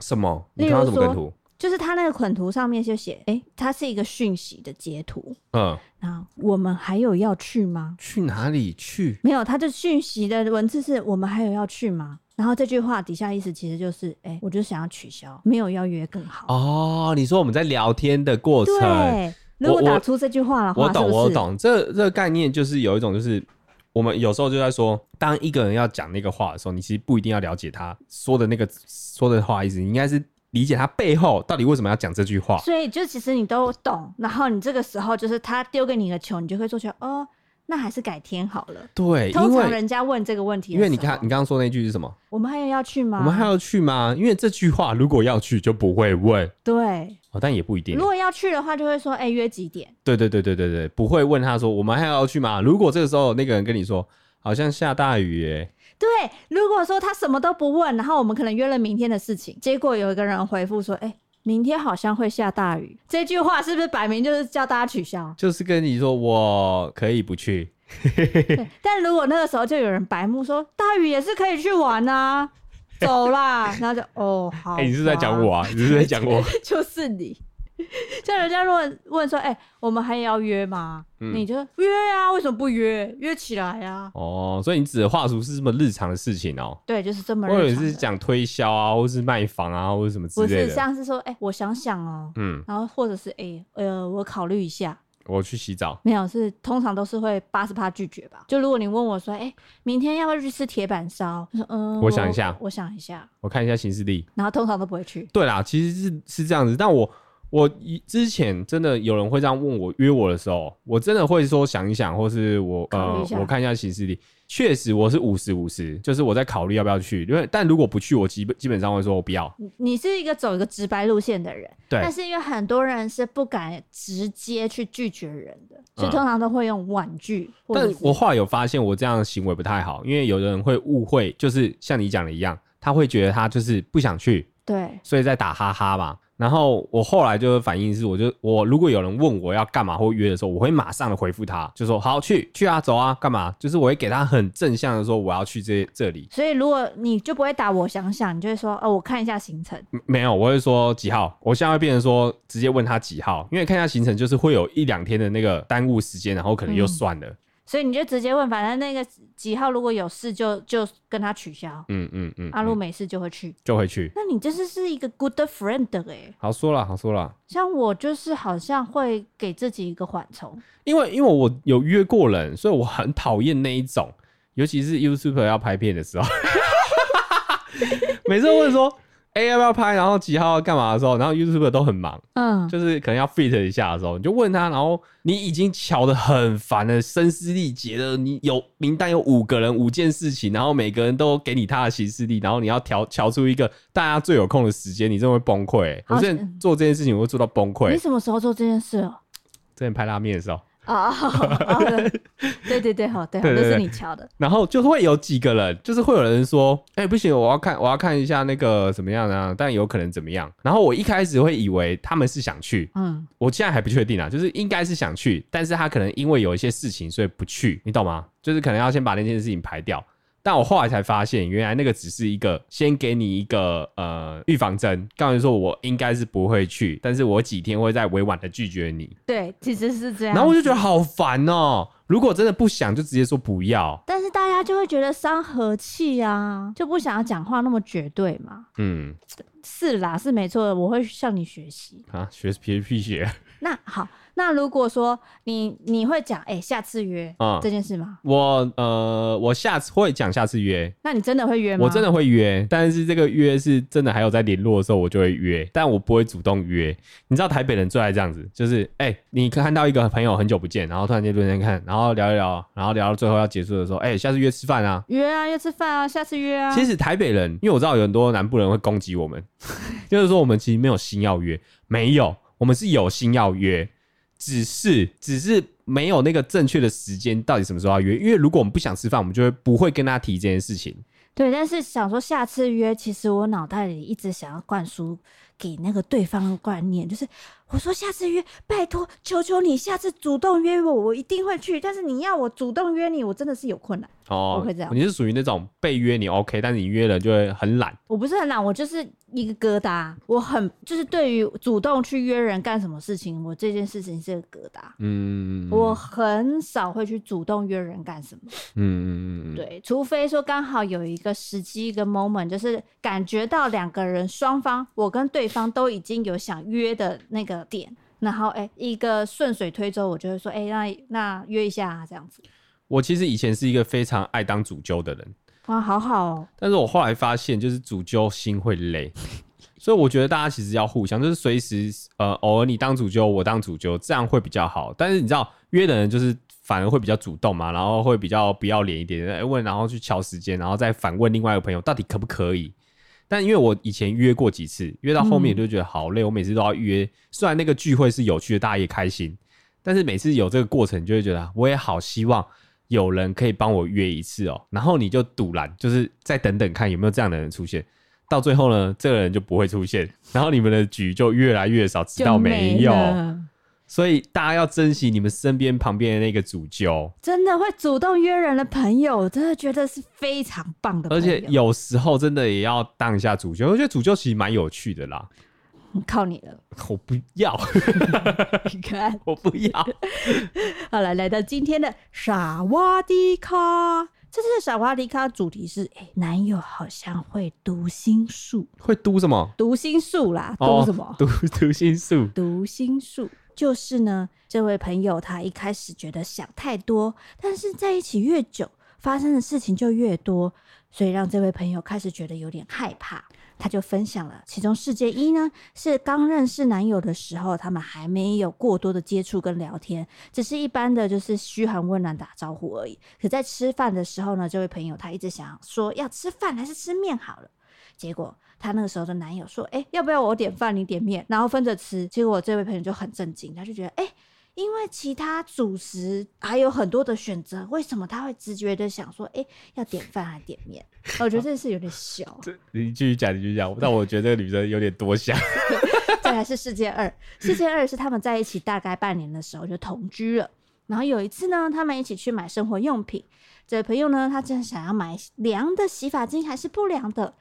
什么？
例
你
如
看到什么
说
梗图？
就是他那个梗图上面就写，哎、它是一个讯息的截图，
嗯，
那我们还有要去吗？
去哪里去？
没有，它就讯息的文字是我们还有要去吗？然后这句话底下意思其实就是，哎、我就想要取消，没有要约更好。
哦，你说我们在聊天的过程，
对，如
我
果
我
打出这句话的话，
我懂，
是不
我
是，
懂，这这个概念就是有一种，就是我们有时候就在说，当一个人要讲那个话的时候，你其实不一定要了解他说的那个说的话意思，你应该是理解他背后到底为什么要讲这句话。
所以就其实你都懂，然后你这个时候就是他丢给你一个球，你就会做出来哦。那还是改天好了。
对，因
通常
为
人家问这个问题的
因
时候，
为你看你刚刚说那句是什么？
我们还有要去吗？
我们还要去吗？因为这句话如果要去就不会问
对，
哦，但也不一定
如。果要去的话，就会说，哎、约几点？
对对对对对对，不会问他说我们还要去吗？如果这个时候那个人跟你说好像下大雨耶，
对，如果说他什么都不问，然后我们可能约了明天的事情，结果有一个人回复说，哎、明天好像会下大雨，这句话是不是摆明就是叫大家取 消？
就是跟你说我可以不去，
对，但如果那个时候就有人白目说，大雨也是可以去玩啊，走啦，然后就哦好吧。
哎、你是不是在讲我啊？你是不是在讲 我？
就是你。像人家问问说，哎、我们还要约吗？
嗯
你就约啊，为什么不约？约起来啊。
哦，所以你指的话术是这么日常的事情哦，
对，就是这么
我
日常
以
的。
为是讲推销啊，或是卖房啊，或者什么之
不
类
是
的。
像是说，哎、我想想哦、
嗯，
然后或者是哎、呃，我考虑一下。
我去洗澡。
没有，是通常都是会八十趴拒绝吧。就如果你问我说，哎、明天要不要去吃铁板烧？我说，嗯，
我想一下
我我想一下。
我看一下行事历。
然后通常都不会去。
对啦，其实是是这样子，但我我一之前真的有人会这样问我约我的时候，我真的会说想一想，或是我
考虑
呃
一下
我看一下行事历。确实我是五十五十，就是我在考虑要不要去，因为但如果不去，我基本基本上会说我不要。
你你是一个走一个直白路线的人，
对
但是因为很多人是不敢直接去拒绝人的，所以
嗯
通常都会用婉拒。或者
但
是
我后来有发现我这样的行为不太好，因为有的人会误会，就是像你讲的一样，他会觉得他就是不想去，
对
所以在打哈哈嘛。然后我后来就是反应是，我就我如果有人问我要干嘛或约的时候，我会马上的回复他，就说好去去啊，走啊，干嘛？就是我会给他很正向的说我要去这这里，
所以如果你就不会打我想想，你就会说哦，我看一下行程。
嗯没有，我会说几号。我现在会变成说直接问他几号，因为看一下行程就是会有一两天的那个耽误时间，然后可能又算了。
所以你就直接问，反正那个几号如果有事就就跟他取消，啊
嗯嗯嗯，
阿、如
嗯
果没事就会去。
就会去。
那你这是是一个 good friend 哎、
好说了，好说了。
像我就是好像会给自己一个缓冲，
因为因为我有约过人，所以我很讨厌那一种，尤其是 YouTube 要拍片的时候， 每次问说。哎、要不要拍？然后几号要干嘛的时候，然后 YouTube 都很忙，
嗯，
就是可能要 fit 一下的时候，你就问他，然后你已经瞧得很烦了，声嘶力竭了，你有名单有五个人五件事情，然后每个人都给你他的行事历，然后你要调调出一个大家最有空的时间，你真的会崩溃、我
好
之前
嗯
做这件事情，我会做到崩溃
你。什么时候做这件事哦？
之前拍拉面的时候，
哦，哦对对对，好，对，好
对对
这是
对
你敲的，
然后就会有几个人，就是会有人说：“哎、不行，我要看，我要看一下那个怎么样啊？”但有可能怎么样？然后我一开始会以为他们是想去，
嗯，
我现在还不确定啊，就是应该是想去，但是他可能因为有一些事情，所以不去，你懂吗？就是可能要先把那件事情排掉。但我后来才发现，原来那个只是一个先给你一个呃预防针，告诉你说我应该是不会去，但是我几天会再委婉的拒绝你。
对，啊其实是这样。
然后我就觉得好烦哦、如果真的不想，就直接说不要。
但是大家就会觉得伤和气啊，就不想要讲话那么绝对嘛。
嗯，
是啦，是没错的，我会向你学习。
啊，学皮屁学。
那好，那如果说你你会讲哎、下次约、
嗯
这件事吗？
我呃，我下次会讲下次约，
那你真的会约吗？
我真的会约，但是这个约是真的还有在联络的时候我就会约，但我不会主动约。你知道台北人最爱这样子，就是哎、你看到一个朋友很久不见，然后突然间认真看，然后聊一聊，然后聊到最后要结束的时候，哎、下次约吃饭啊。
约啊，约吃饭啊，下次约啊。
其实台北人，因为我知道有很多南部人会攻击我们， 就是说我们其实没有心要约，没有，我们是有心要约，只是只是没有那个正确的时间，到底什么时候要约？因为如果我们不想吃饭，我们就会不会跟他提这件事情。
对，但是想说下次约，其实我脑袋里一直想要灌输给那个对方的观念，就是我说下次约，拜托，求求你下次主动约我，我一定会去。但是你要我主动约你，我真的是有困难。
哦
我会这样
你是属于那种被约你 OK，但是你约了就会很懒。
我不是很懒，我就是一个疙瘩，我很就是对于主动去约人干什么事情，我这件事情是个疙瘩。
嗯，
我很少会去主动约人干什么，
嗯嗯嗯嗯，
对，除非说刚好有一个时机一个 moment，就是感觉到两个人双方，我跟对方都已经有想约的那个点，然后哎、一个顺水推舟，我就会说，哎、那那约一下、啊、这样子，
我其实以前是一个非常爱当主揪的人，
哇，好好哦、
但是我后来发现，就是主揪心会累， 所以我觉得大家其实要互相，就是随时呃，偶尔你当主揪，我当主揪，这样会比较好。但是你知道，约的人就是反而会比较主动嘛，然后会比较不要脸一点，哎问，然后去敲时间，然后再反问另外一个朋友到底可不可以。但因为我以前约过几次，约到后面
嗯
就觉得好累，我每次都要约。虽然那个聚会是有趣的，大家也开心，但是每次有这个过程，就会觉得啊我也好希望有人可以帮我约一次哦。然后你就堵拦，就是再等等看有没有这样的人出现。到最后呢，这个人就不会出现，然后你们的局就越来越少，直到
就
没有。
了
所以大家要珍惜你们身边旁边的那个主揪，
真的会主动约人的朋友，我真的觉得是非常棒的朋
而
友，
且有时候真的也要当一下主揪。我觉得主揪其实蛮有趣的啦。
靠你了。
我不要，
你看，
我 不要。
好了，来到今天的傻瓜迪卡，这次的傻瓜迪卡主题是：哎、男友好像会读心术，
会嘟什么？
读心术啦，
哦
读什么？
读读心术。
读心术，就是呢，这位朋友他一开始觉得想太多，但是在一起越久，发生的事情就越多，所以让这位朋友开始觉得有点害怕。他就分享了其中世界一呢，是刚认识男友的时候，他们还没有过多的接触跟聊天，只是一般的就是嘘寒问暖打招呼而已。可在吃饭的时候呢，这位朋友他一直想说要吃饭还是吃面好了。结果她那个时候的男友说：“哎、要不要我点饭，你点面，然后分着吃？”结果我这位朋友就很震惊，他就觉得：“哎、因为其他主食还有很多的选择，为什么他会直觉的想说：哎、要点饭还点面？”我觉得这是有点小，
这你继续讲，你继续讲。但我觉得这个女生有点多想。
再来是世界二，世界二是他们在一起大概半年的时候就同居了。然后有一次呢，他们一起去买生活用品，这位朋友呢，他正想要买凉的洗发精还是不凉的。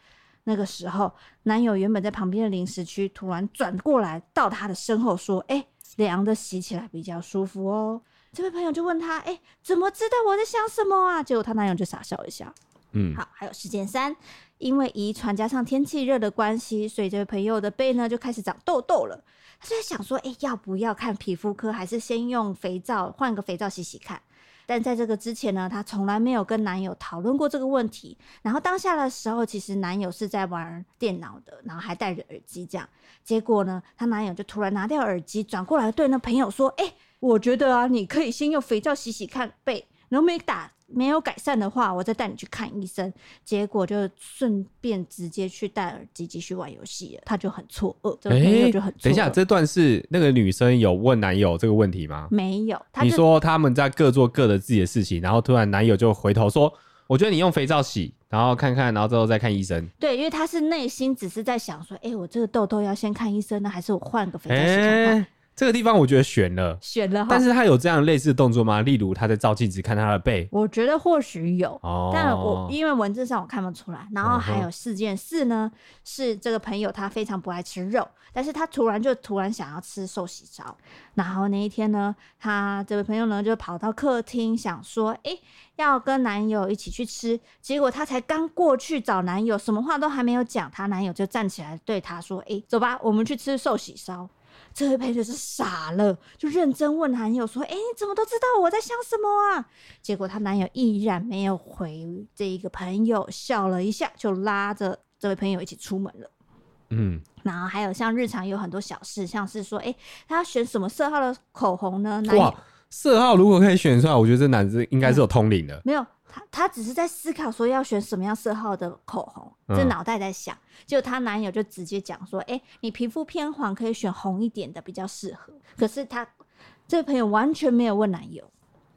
那个时候，男友原本在旁边的零食区，突然转过来到他的身后说：“哎、凉的洗起来比较舒服哦。”这位朋友就问他：“哎、怎么知道我在想什么啊？”结果她男友就傻笑一下，
嗯，
好，还有事件三，因为遗传加上天气热的关系，所以这位朋友的背呢就开始长痘痘了。他就在想说，哎、要不要看皮肤科，还是先用肥皂换个肥皂洗洗看？但在这个之前呢，她从来没有跟男友讨论过这个问题。然后当下的时候，其实男友是在玩电脑的，然后还戴着耳机这样。结果呢，她男友就突然拿掉耳机，转过来对那朋友说：“哎、我觉得啊，你可以先用肥皂洗洗看背，然后没打没有改善的话，我再带你去看医生。”结果就顺便直接去戴耳机继续玩游戏了，她就很错愕，这个朋友就很错愕、
等一下，这段是那个女生有问男友这个问题吗？
没有，她
你
就
说他们在各做各的自己的事情，然后突然男友就回头说：“我觉得你用肥皂洗，然后看看，然后之后再看医生。
对，因为他是内心只是在想说，哎、我这个痘痘要先看医生呢，还是我换个肥皂洗看看？
哎，这个地方我觉得悬了。
选了哈，
但是他有这样类似的动作吗？例如他在照镜子看他的背。
我觉得或许有，
哦，
但我因为文字上我看不出来。然后还
嗯
有事件四呢，是这个朋友他非常不爱吃肉，但是他突然就突然想要吃寿喜烧。然后那一天呢，他这位朋友呢就跑到客厅想说，诶，要跟男友一起去吃。结果她才刚过去找男友，什么话都还没有讲，她男友就站起来对她说，诶，走吧，我们去吃寿喜烧。这位朋友是傻了，就认真问男友说：“诶，你怎么都知道我在想什么啊？”结果她男友依然没有回这一个朋友，笑了一下，就拉着这位朋友一起出门了。
嗯，
然后还有像日常有很多小事，像是说，哎、他要选什么色号的口红呢？男友
哇，色号如果可以选出来，我觉得这男生应该是有通 灵的。
没有，他他只是在思考说要选什么样色号的口红，这
嗯
脑袋在想。就她男友就直接讲说：“哎、你皮肤偏黄，可以选红一点的比较适合。”可是她这个朋友完全没有问男友，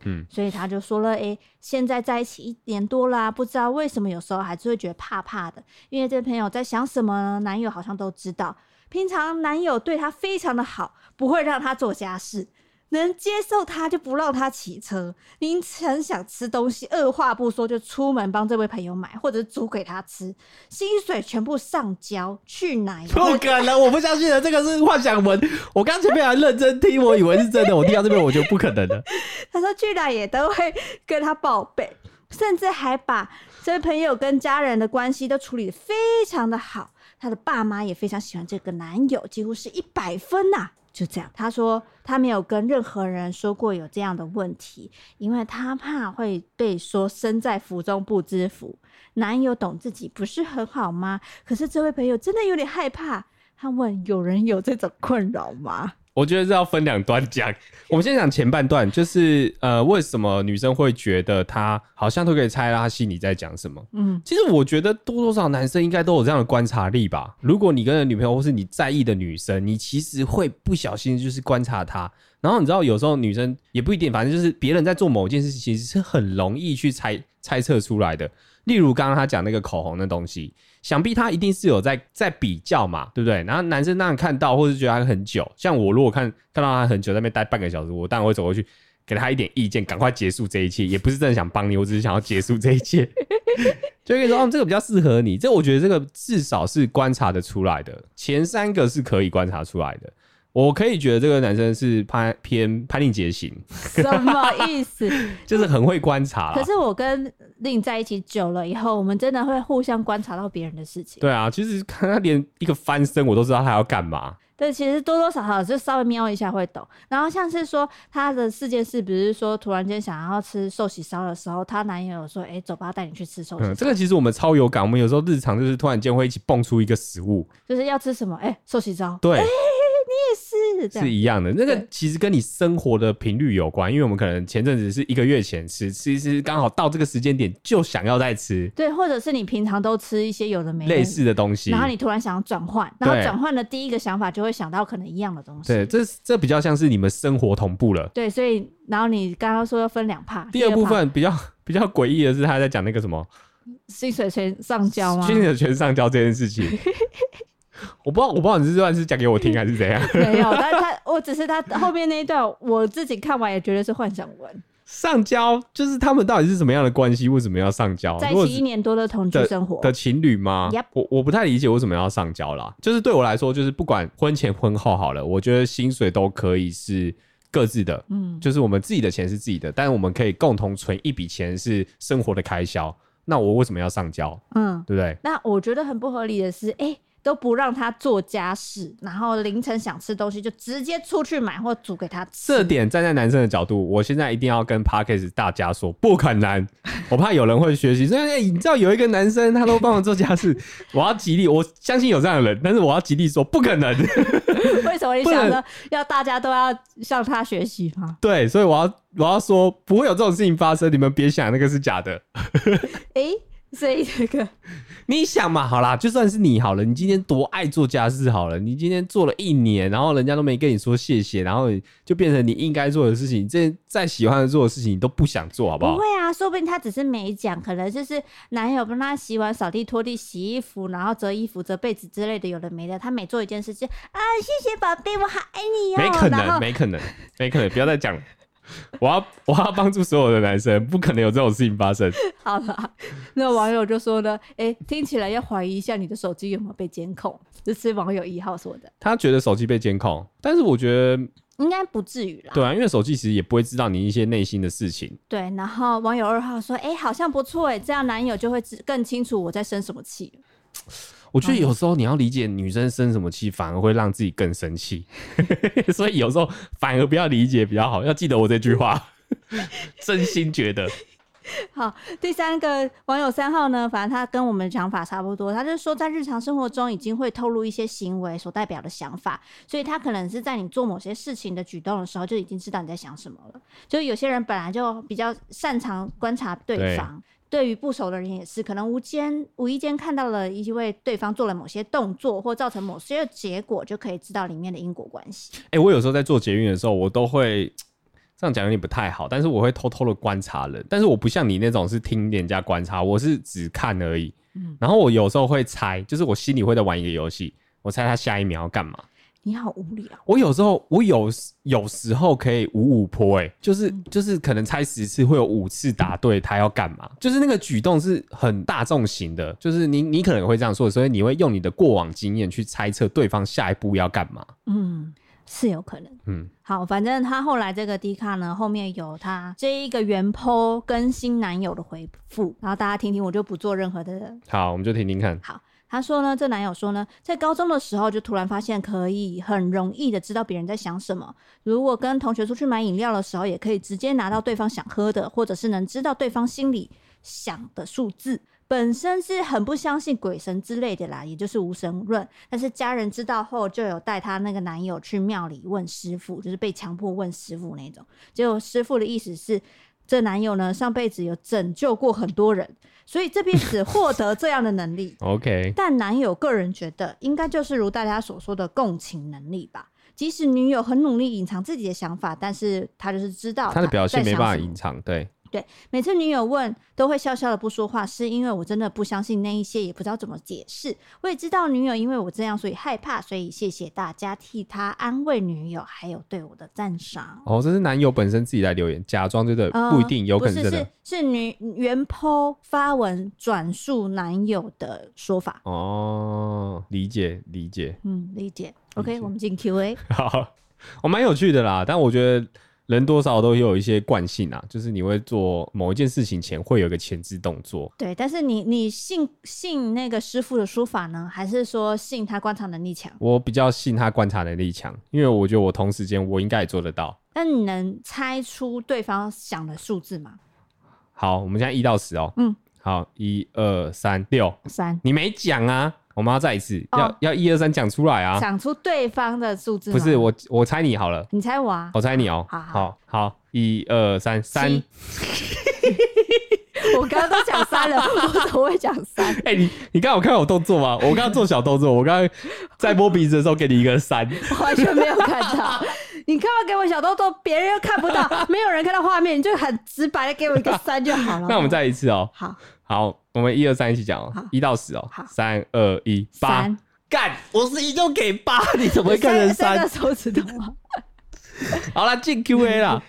嗯，
所以她就说了：“哎、现在在一起一年多啦、不知道为什么有时候还是会觉得怕怕的，因为这个朋友在想什么呢，男友好像都知道。平常男友对她非常的好，不会让她做家事。”能接受她就不让她骑车，凌晨想吃东西，二话不说就出门帮这位朋友买，或者煮给他吃，薪水全部上交，去哪一
不可能，我不相信的，这个是幻想文。我刚前面还认真听，我以为是真的，我听到这边我觉得不可能的。
他说去哪也都会跟他报备，甚至还把这位朋友跟家人的关系都处理的非常的好。他的爸妈也非常喜欢这个男友，几乎是一百分呐、就这样，他说他没有跟任何人说过有这样的问题，因为他怕会被说身在福中不知福。男友懂自己不是很好吗？可是这位朋友真的有点害怕。他问：“有人有这种困扰吗？”
我觉得是要分两段讲。 我们先讲前半段，就是呃，为什么女生会觉得她好像都可以猜到她心里在讲什么？
嗯，
其实我觉得多多少少男生应该都有这样的观察力吧。如果你跟的女朋友或是你在意的女生，你其实会不小心就是观察她。然后你知道，有时候女生也不一定，反正就是别人在做某件事情，其实是很容易去猜猜测出来的。例如刚刚他讲那个口红的东西，想必他一定是有在在比较嘛，对不对？然后男生当然看到，或是觉得他很久，像我如果看看到他很久在那边待半个小时，我当然会走过去给他一点意见，赶快结束这一切。也不是真的想帮你，我只是想要结束这 一切。就跟你说，哦，这个比较适合你。这我觉得这个至少是观察得出来的，前三个是可以观察出来的。我可以觉得这个男生是攀偏潘令杰型，
什么意 思？
就是很会观察啦。
可是我跟令在一起久了以后，我们真的会互相观察到别人的事情。
对啊，其实看他连一个翻身，我都知道他要干嘛。
对，其实多多少少就稍微瞄一下会懂。然后像是说她的事件是，比如说突然间想要吃寿喜烧的时候，她男友有说：“哎、走吧，带你去吃寿喜烧。
嗯，这个其实我们超有感，我们有时候日常就是突然间会一起蹦出一个食物，
就是要吃什么？哎、寿喜烧
对，
是这
是
样。
一样的。那个
对
其实跟你生活的频率有关，因为我们可能前阵子是一个月前吃，其实刚好到这个时间点就想要再吃
对，或者是你平常都吃一些有的没的
类似的东西。
哎然后你突然想要转换，然后
对
转换的第一个想法就会想到可能一样的东西。
对，这这比较像是你们生活同步了。
对所以然后你刚刚说要分两趴，
第二
趴
部分比较比较 诡异的是，他在讲那个什么
薪水全上交吗？
军人全上交这件事情。我不知道，我不知道你是这段是讲给我听还是怎样。
没有，但他我只是他后面那一段我自己看完也觉得是幻想文，
上交就是他们到底是什么样的关系？为什么要上交？啊
在
哦如果
一
是
起一年多的同居生活
的，情侣吗
Yep
我我不太理解为什么要上交啦。就是对我来说，就是不管婚前婚后好了，我觉得薪水都可以是各自的，
嗯，
就是我们自己的钱是自己的，但是我们可以共同存一笔钱是生活的开销。那我为什么要上交？
嗯，
对不对？
那我觉得很不合理的是，哎、都不让他做家事，然后凌晨想吃东西就直接出去买或煮给他吃。
这点站在男生的角度，我现在一定要跟 Parkes 大家说，不可能。我怕有人会学习，所以、哎你知道有一个男生他都帮我做家事，我要极力，我相信有这样的人，但是我要极力说不可能。
为什么你
不
想
能
着要大家都要向他学习吗？
对，所以我要我要说，不会有这种事情发生，你们别想那个是假的。
哎、所以这个
你想嘛，好啦，就算是你好了，你今天多爱做家事好了，你今天做了一年，然后人家都没跟你说谢谢，然后就变成你应该做的事情，这再喜欢做的事情你都不想做，好不
不
好
会？啊，说不定他只是没讲，可能就是男友帮他洗碗、扫地、拖地、洗衣服，然后折衣服、折被子之类的，有的没的。他每做一件事情啊，谢谢宝贝，我好爱你哦。
没可
然后
能，没可能，没可能，不要再讲了。我要我要帮助所有的男生，不可能有这种事情发生。
好了，那网友就说呢，哎、听起来要怀疑一下你的手机有没有被监控。这是网友一号说的，
他觉得手机被监控，但是我觉得
应该不至于啦。
对啊，因为手机其实也不会知道你一些内心的事情。
对，然后网友二号说，哎、好像不错哎，这样男友就会知更清楚我在生什么气了。
我觉得有时候你要理解女生生什么气，反而会让自己更生气， 所以有时候反而不要理解比较好。要记得我这句话， 真心觉得
好，第三个网友三号呢，反正他跟我们的想法差不多，他就说在日常生活中已经会透露一些行为所代表的想法，所以他可能是在你做某些事情的举动的时候就已经知道你在想什么了。就有些人本来就比较擅长观察对
对
方。对于不熟的人也是，可能无间无意间看到了一位对方做了某些动作，或造成某些结果，就可以知道里面的因果关系。
哎、我有时候在做捷运的时候，我都会这样讲有点不太好，但是我会偷偷的观察人，但是我不像你那种是听人家观察，我是只看而已。然后我有时候会猜，就是我心里会在玩一个游戏，我猜他下一秒要干嘛。
你好无聊，
我有时候我有时有时候可以五五坡、欸，就是
嗯
就是可能猜十次会有五次答对，他要干嘛？就是那个举动是很大众型的，就是你你可能会这样说，所以你会用你的过往经验去猜测对方下一步要干嘛。
嗯，是有可能。
嗯，
好，反正她后来这个 D 卡呢，后面有她这一个原 PO 跟新男友的回复，然后大家听听，我就不做任何的。
好，我们就听听看。
她说呢，这男友说呢，在高中的时候就突然发现可以很容易的知道别人在想什么，如果跟同学出去买饮料的时候，也可以直接拿到对方想喝的，或者是能知道对方心里想的数字。本身是很不相信鬼神之类的啦，也就是无神论。但是家人知道后，就有带她那个男友去庙里问师傅，就是被强迫问师傅那种。结果师傅的意思是，这男友呢上辈子有拯救过很多人，所以这辈子获得这样的能力。
OK，
但男友个人觉得，应该就是如大家所说的共情能力吧。即使女友很努力隐藏自己的想法，但是他就是知道
他的表现
在
没
想
办法
什么
隐藏，对，
每次女友问，都会笑笑的不说话，是因为我真的不相信那一些，也不知道怎么解释。我也知道女友因为我这样，所以害怕，所以谢谢大家替她安慰女友，还有对我的赞赏。
哦，这是男友本身自己来留言，假装真的
呃
不一定，有可能
不是
真的
是是女原 po 发文转述男友的说法。
哦，理解理解，
嗯，理解。OK，我们进 Q&A。
好，我蛮有趣的啦，但我觉得人多少都有一些惯性啊，就是你会做某一件事情前会有一个前置动作，
对，但是你你信信那个师傅的说法呢，还是说信他观察能力强？
我比较信他观察能力强，因为我觉得我同时间我应该也做得到。
那你能猜出对方想的数字吗？
好，我们现在一到十哦，
嗯，
好，一二三六，
三。
你没讲啊，我们要再一次，
哦
要要一二三讲出来啊，
想出对方的数字吗
不是，我，我猜你好了，
你猜我啊？
我猜你哦，
好
好好，一二三三，
七我刚刚都讲三了， 我怎么会讲三？
哎、你你刚刚有看到我动作吗？我刚刚做小动作，我刚刚在摸鼻子的时候给你一个三。
我完全没有看到。你干嘛给我小动作？别人又看不到，没有人看到画面，你就很直白的给我一个三就好了。
那我们再一次哦、
好
好，我们一二三一起讲哦、
好
一到十哦、
好
三二一八
三，，
干，我是一就给 八，你怎么会看成
三个？
三
手指头啊。
好啦，进 Q A 啦。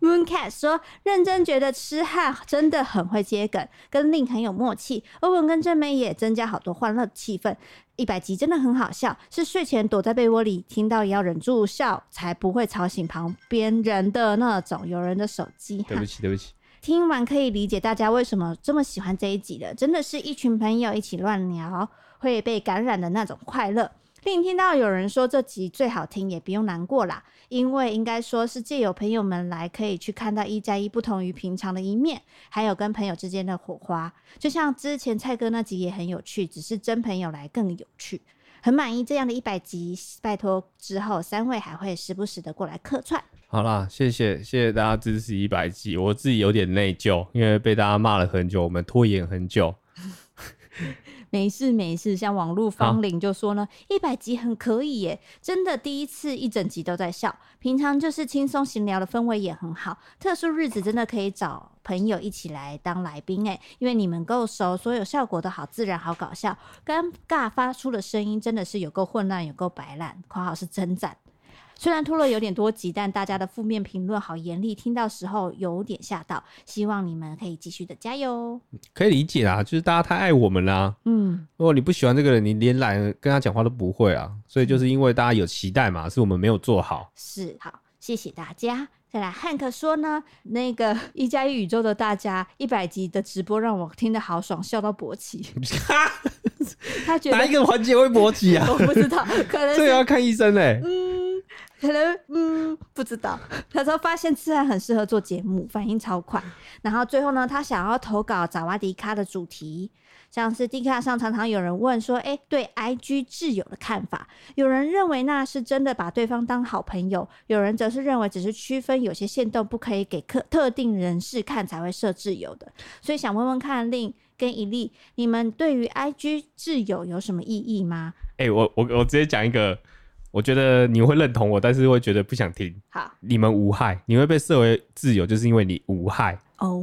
Mooncat 说：“认真觉得痴汉真的很会接梗，跟令很有默契。欧文跟真美也增加好多欢乐气氛。一百集真的很好笑，是睡前躲在被窝里听到也要忍住笑，才不会吵醒旁边人的那种有人的手机
对
哈
不。起，对不起，
听完可以理解大家为什么这么喜欢这一集了，真的是一群朋友一起乱聊会被感染的那种快乐。”另听到有人说这集最好听，也不用难过啦，因为应该说是借由朋友们来，可以去看到一加一不同于平常的一面，还有跟朋友之间的火花。就像之前蔡哥那集也很有趣，只是真朋友来更有趣。很满意这样的一百集，拜托之后三位还会时不时的过来客串。
好啦，谢谢谢谢大家支持一百集，我自己有点内疚，因为被大家骂了很久，我们拖延很久。
没事没事，像网络芳龄就说呢，一百集很可以耶，真的第一次一整集都在笑。平常就是轻松闲聊的氛围也很好，特殊日子真的可以找朋友一起来当来宾哎，因为你们够熟，所有效果都好自然好搞笑，尴尬发出的声音真的是有够混乱，有够白烂，括号是真赞。虽然拖了有点多集，但大家的负面评论好严厉，听到时候有点吓到。希望你们可以继续的加油。
可以理解啦，就是大家太爱我们啦。
嗯，
如果你不喜欢这个人，你连懒得跟他讲话都不会啊。所以就是因为大家有期待嘛，是我们没有做好。
是，好，谢谢大家。再来，汉克说呢，那个一加一宇宙的大家一百集的直播让我听得好爽，笑到勃起。 他觉
哪
得
一个啊环节会勃起啊？
我不知道，可能
这个
是
要看医生欸嘞、
可能嗯不知道。他说发现自然很适合做节目，反应超快。然后最后呢，他想要投稿爪哇迪卡的主题，像是 D 卡上常常有人问说，哎、对 IG 挚友的看法，有人认为那是真的把对方当好朋友，有人则是认为只是区分有些限动不可以给特特定人士看才会设挚友的。所以想问问看令。跟一粒，你们对于 IG 挚友有什么意义吗？
哎、我我我直接讲一个，我觉得你会认同我，但是会觉得不想听。
好
你们无害，你会被设为自由，就是因为你无害，
哦，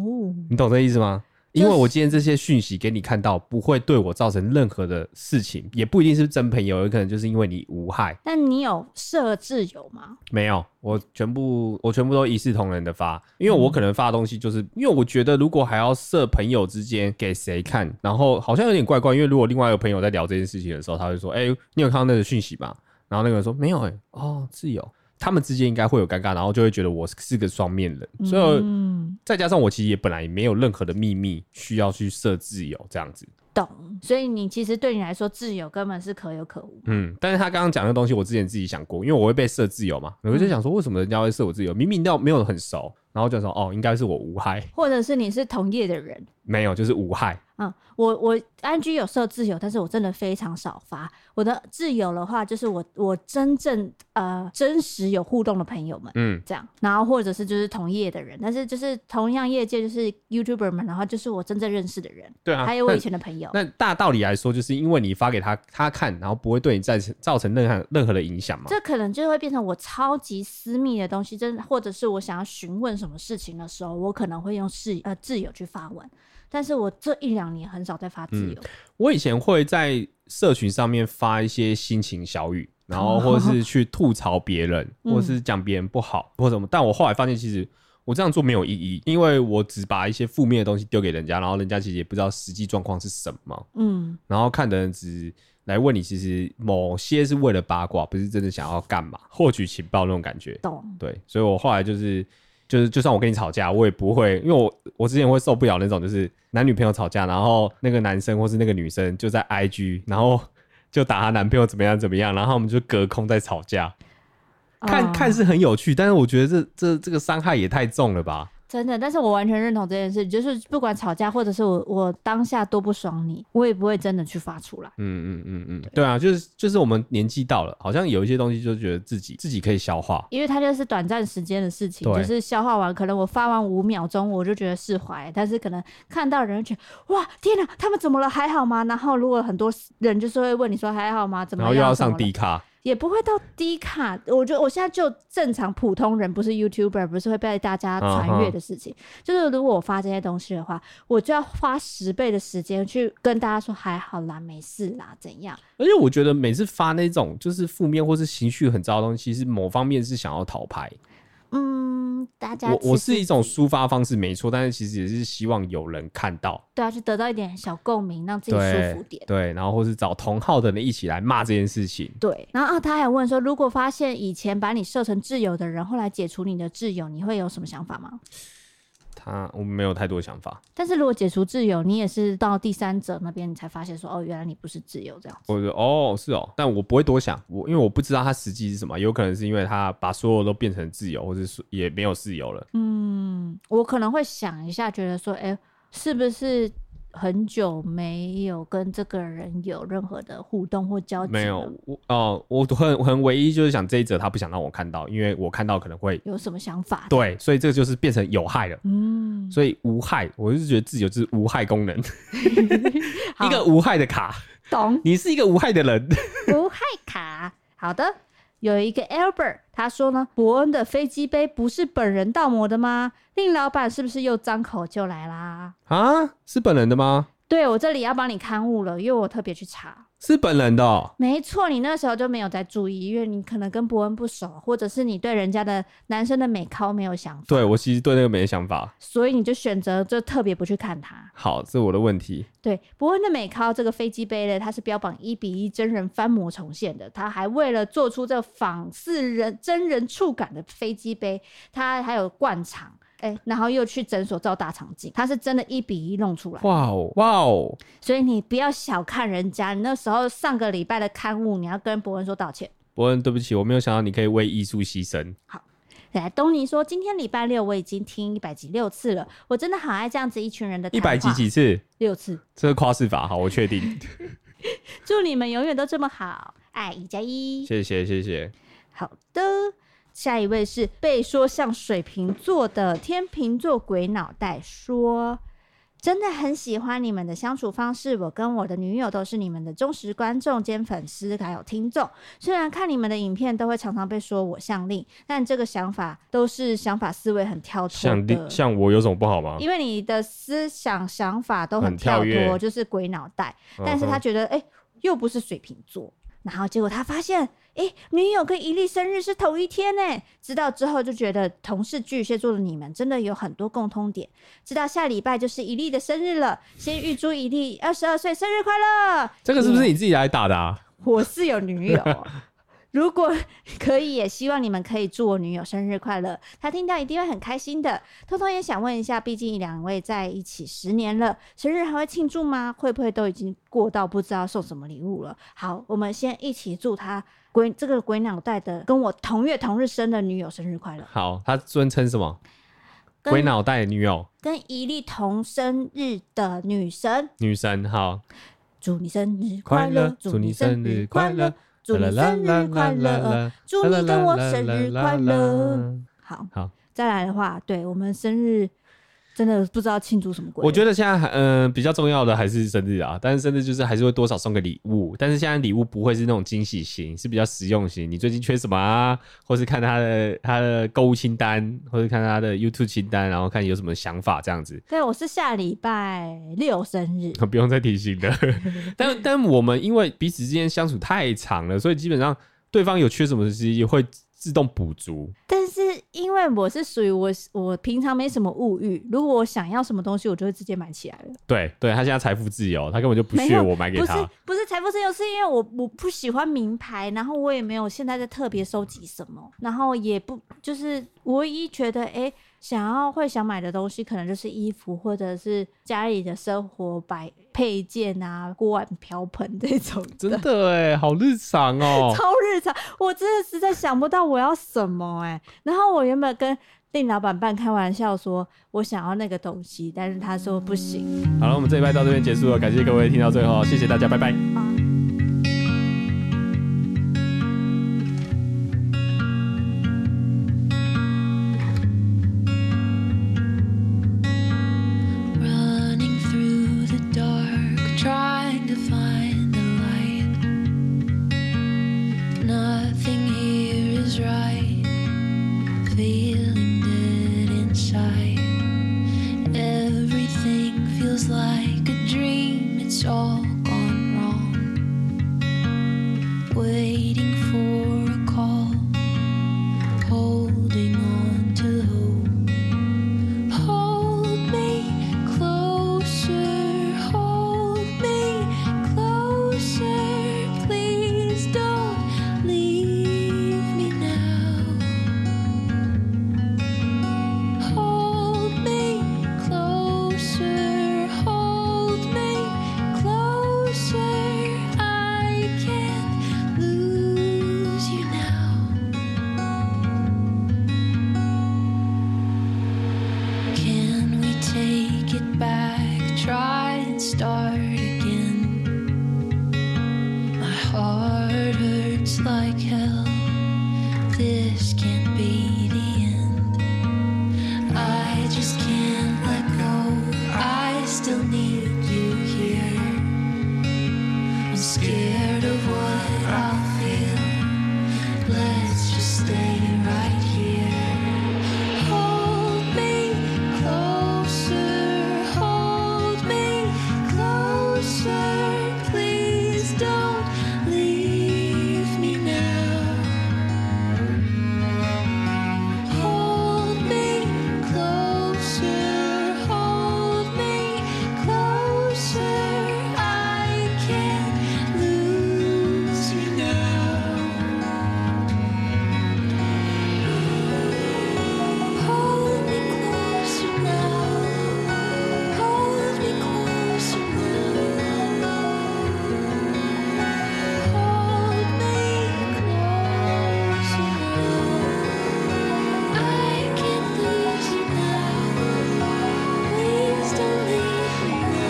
你懂这意思吗？
就
因
是
为我今天这些讯息给你看到，不会对我造成任何的事情，也不一定是真朋友，有可能就是因为你无害。
那你有设挚友吗？
没有，我全部我全部都一视同仁的发，因为我可能发的东西就是，因为我觉得如果还要设朋友之间给谁看，然后好像有点怪怪，因为如果另外一个朋友在聊这件事情的时候，他会说：“哎、你有看到那个讯息吗？”然后那个人说：“没有、欸，哎，哦，自由。”他们之间应该会有尴尬，然后就会觉得我是个双面人，所以
嗯，
再加上我其实也本来也没有任何的秘密需要去设自由这样子，
懂，所以你其实对你来说自由根本是可有可无。
嗯，但是他刚刚讲的东西，我之前自己想过，因为我会被设自由嘛，我
嗯
就想说，为什么人家会设我自由？明明都没有很熟，然后就说哦，应该是我无害，
或者是你是同业的人，
没有，就是无害。
嗯，我我 IG 有设自由，但是我真的非常少发。我的自由的话，就是我我真正呃真实有互动的朋友们。
嗯，
这样，然后或者是就是同业的人，但是就是同样业界就是 YouTuber 们，然后就是我真正认识的人，
对啊。
还有我以前的朋友，
那那大道理来说，就是因为你发给他他看，然后不会对你造成造成任何任何的影响嘛。
这可能就会变成我超级私密的东西，真的或者是我想要询问什么事情的时候，我可能会用自呃自由去发文，但是我这一两年很少在发自
嗯
由，
我以前会在社群上面发一些心情小语，然后或者是去吐槽别人，
嗯
或是讲别人不好或什么。但我后来发现，其实我这样做没有意义，因为我只把一些负面的东西丢给人家，然后人家其实也不知道实际状况是什么，
嗯，
然后看的人只来问你，其实某些是为了八卦，不是真的想要干嘛，获取情报那种感觉。
懂，
对，所以我后来就是就是，就算我跟你吵架，我也不会，因为我我之前会受不了那种，就是男女朋友吵架，然后那个男生或是那个女生就在 IG，然后 就打她男朋友怎么样怎么样，然后我们就隔空在吵架，看
嗯
看是很有趣，但是我觉得这这这个伤害也太重了吧？
真的，但是我完全认同这件事，就是不管吵架或者是我我当下多不爽你，我也不会真的去发出来，
嗯嗯嗯嗯，对啊，就是就是我们年纪到了，好像有一些东西就觉得自己自己可以消化，
因为它就是短暂时间的事情，
对
就是消化完，可能我发完五秒钟我就觉得释怀，但是可能看到人就觉得哇天哪，他们怎么了？还好吗？然后如果很多人就是会问你说还好吗？怎么
然
样？
后又要
怎么
上
了
低卡，
也不会到低卡。我觉得我现在就正常普通人，不是 YouTuber，不是会被大
嗯
家传阅的事情。就是如果我发这些东西的话，我就要花十倍的时间去跟大家说还好啦，没事啦，怎样？
而且我觉得每次发那种就是负面或是情绪很糟的东西，其实某方面是想要讨牌。
嗯，大家
我我
其实
是一种抒发方式没错，但是其实也是希望有人看到，
对啊，去得到一点小共鸣，让自己舒服
对
点。
对，然后或是找同号的人一起来骂这件事情。
对，然后啊，他还问说，如果发现以前把你设成挚友的人，后来解除你的挚友，你会有什么想法吗？
他我没有太多想法，
但是如果解除挚友，你也是到第三者那边，你才发现说，哦，原来你不是挚友这样子。
我觉得哦是哦，但我不会多想，我因为我不知道他实际是什么，有可能是因为他把所有都变成自由，或者是也没有自由了。
嗯，我可能会想一下，觉得说，哎，是不是很久没有跟这个人有任何的互动或交集？
没有，，我哦、我很很唯一就是想这一则他不想让我看到，因为我看到可 能会
有什么想法？
对，所以这个就是变成有害了。
嗯，
所以无害，我就是觉得自由就是无害功能，
好
一个无害的卡，
懂。
你是一个无害的人。
不害卡。好的，有一个 Albert，他说呢，伯恩的飞机杯不是本人倒模的吗？令老板是不是又张口就来啦？
啊，是本人的吗？
对我这里要帮你刊物了，因为我特别去查。
是本人的哦、
没错，你那时候就没有在注意，因为你可能跟伯恩不熟，或者是你对人家的男生的美靠没有想法，
对我其实对那个没想法。
所以你就选择就特别不去看他。
好，这是我的问题。
对，伯恩的美靠这个飞机杯呢，它是标榜一比一真人翻模重现的。他还为了做出这仿似人真人触感的飞机杯，他还有灌肠，哎、然后又去诊所照大肠镜，他是真的一比一弄出来。
哇哦，哇哦，
所以你不要小看人家，你那时候上个礼拜的刊物，你要跟伯恩说道歉。
伯恩，对不起，我没有想到你可以为艺术牺牲。
来，东尼说，今天礼拜六我已经听一百集六次了，我真的好爱这样子一群人的
一百
谈话
集几次？
六次。
这是夸饰法，好，我 确定。
祝你们永远都这么好，爱一加一。
谢谢，谢谢。
好的，下一位是被说像水瓶座的天秤座鬼脑袋说。真的很喜欢你们的相处方式，我跟我的女友都是你们的忠实观众兼粉丝，还有听众。虽然看你们的影片都会常常被说我像令，但这个想法都是想法思维很跳脱
像
的
你，像我有什么不好吗？
因为你的思想想法都很
很
跳
跳跃
脱，就是鬼脑袋。
嗯哼
但是他觉得，哎、又不是水瓶座。然后结果他发现，哎、女友跟伊利生日是同一天呢。知道之后就觉得，同是巨蟹座的你们真的有很多共通点。知道下礼拜就是伊利的生日了，先预祝伊利二十二岁生日快乐。
这个是不是你自己来打的、啊？
我是有女友，如果可以，也希望你们可以祝我女友生日快乐，她听到一定会很开心的。偷偷也想问一下，毕竟两位在一起十年了，生日还会庆祝吗？会不会都已经过到不知道送什么礼物了？好，我们先一起祝她鬼这个鬼脑袋的跟我同月同日生的女友生日快乐，
好，他尊称什么？
跟
鬼脑袋女友
跟一粒同生日的女神，
女神，好，
祝你生日
快
快乐
乐，祝你生日快乐，
祝你生日快
啦啦啦啦
乐
啦，
祝你跟我生
啦啦
日
啦
快
啦
乐。
啦
好，
好，
再来的话，对我们生日真的不知道庆祝什么鬼。
我觉
得
得现在还嗯、比较重要的还是生日啊，但是生日就是还是会多少送个礼物，但是现在礼物不会是那种惊喜型，是比较实用型。你最近缺什么啊？或是看他的他的购物清单，或是看他的 YouTube 清单，然后看有什么想法这样子。
对我是下礼拜六生日，
不用再提 醒了。但但我们因为彼此之间相处太长了，所以基本上对方有缺什么东西会自动补足。
但是因为我是属于我我平常没什么物欲，如果我想要什么东西，我就会直接买起来了。
对对，他现在财富自由，他根本就不
没
屑
有
我买给
不是
他。
不是财富自由，是因为我我不喜欢名牌，然后我也没有现在在特别收集什么，然后也不就是唯一觉得诶想要会想买的东西，可能就是衣服或者是家里的生活摆配件啊，锅碗瓢盆这种
真的哎，好日常哦、
超日常，我真的实在想不到我要什么哎、然后我原本跟令老板半开玩笑说，我想要那个东西，但是他说不行。
好了，我们这一拜到这边结束了，感谢各位听到最后，谢谢大家，拜拜。
Running through the dark, trying to find the light. Nothing here is right. Feeling dead inside. Everything feels like a dream, it's all gone wrong. Waiting for a call, holding on to hope. Hold me closer, hold me closer. Please don't leave me now. Hold me closer, hold me closer. I can't lose you now. Can we take it back? Try and start again. My heart hurts like hell. This can't be the end. I just can't let go. I still need you here. I'm scared of what I'll feel. Let's just stay right here. Hold me closer, hold me closer. Please don't leave me now. Hold me closer, hold me closer. I can't lose you now. Hold me closer now. Hold me closer now. Hold me closer now. I can't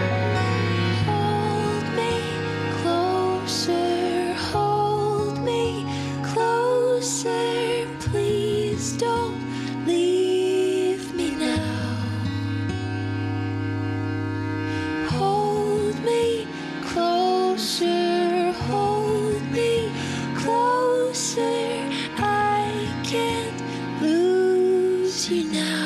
lose you now. Please don't leave me now. Hold me closer, hold me closer. Please don't leave me now. Hold me closer, hold me closer. I can't lose you now.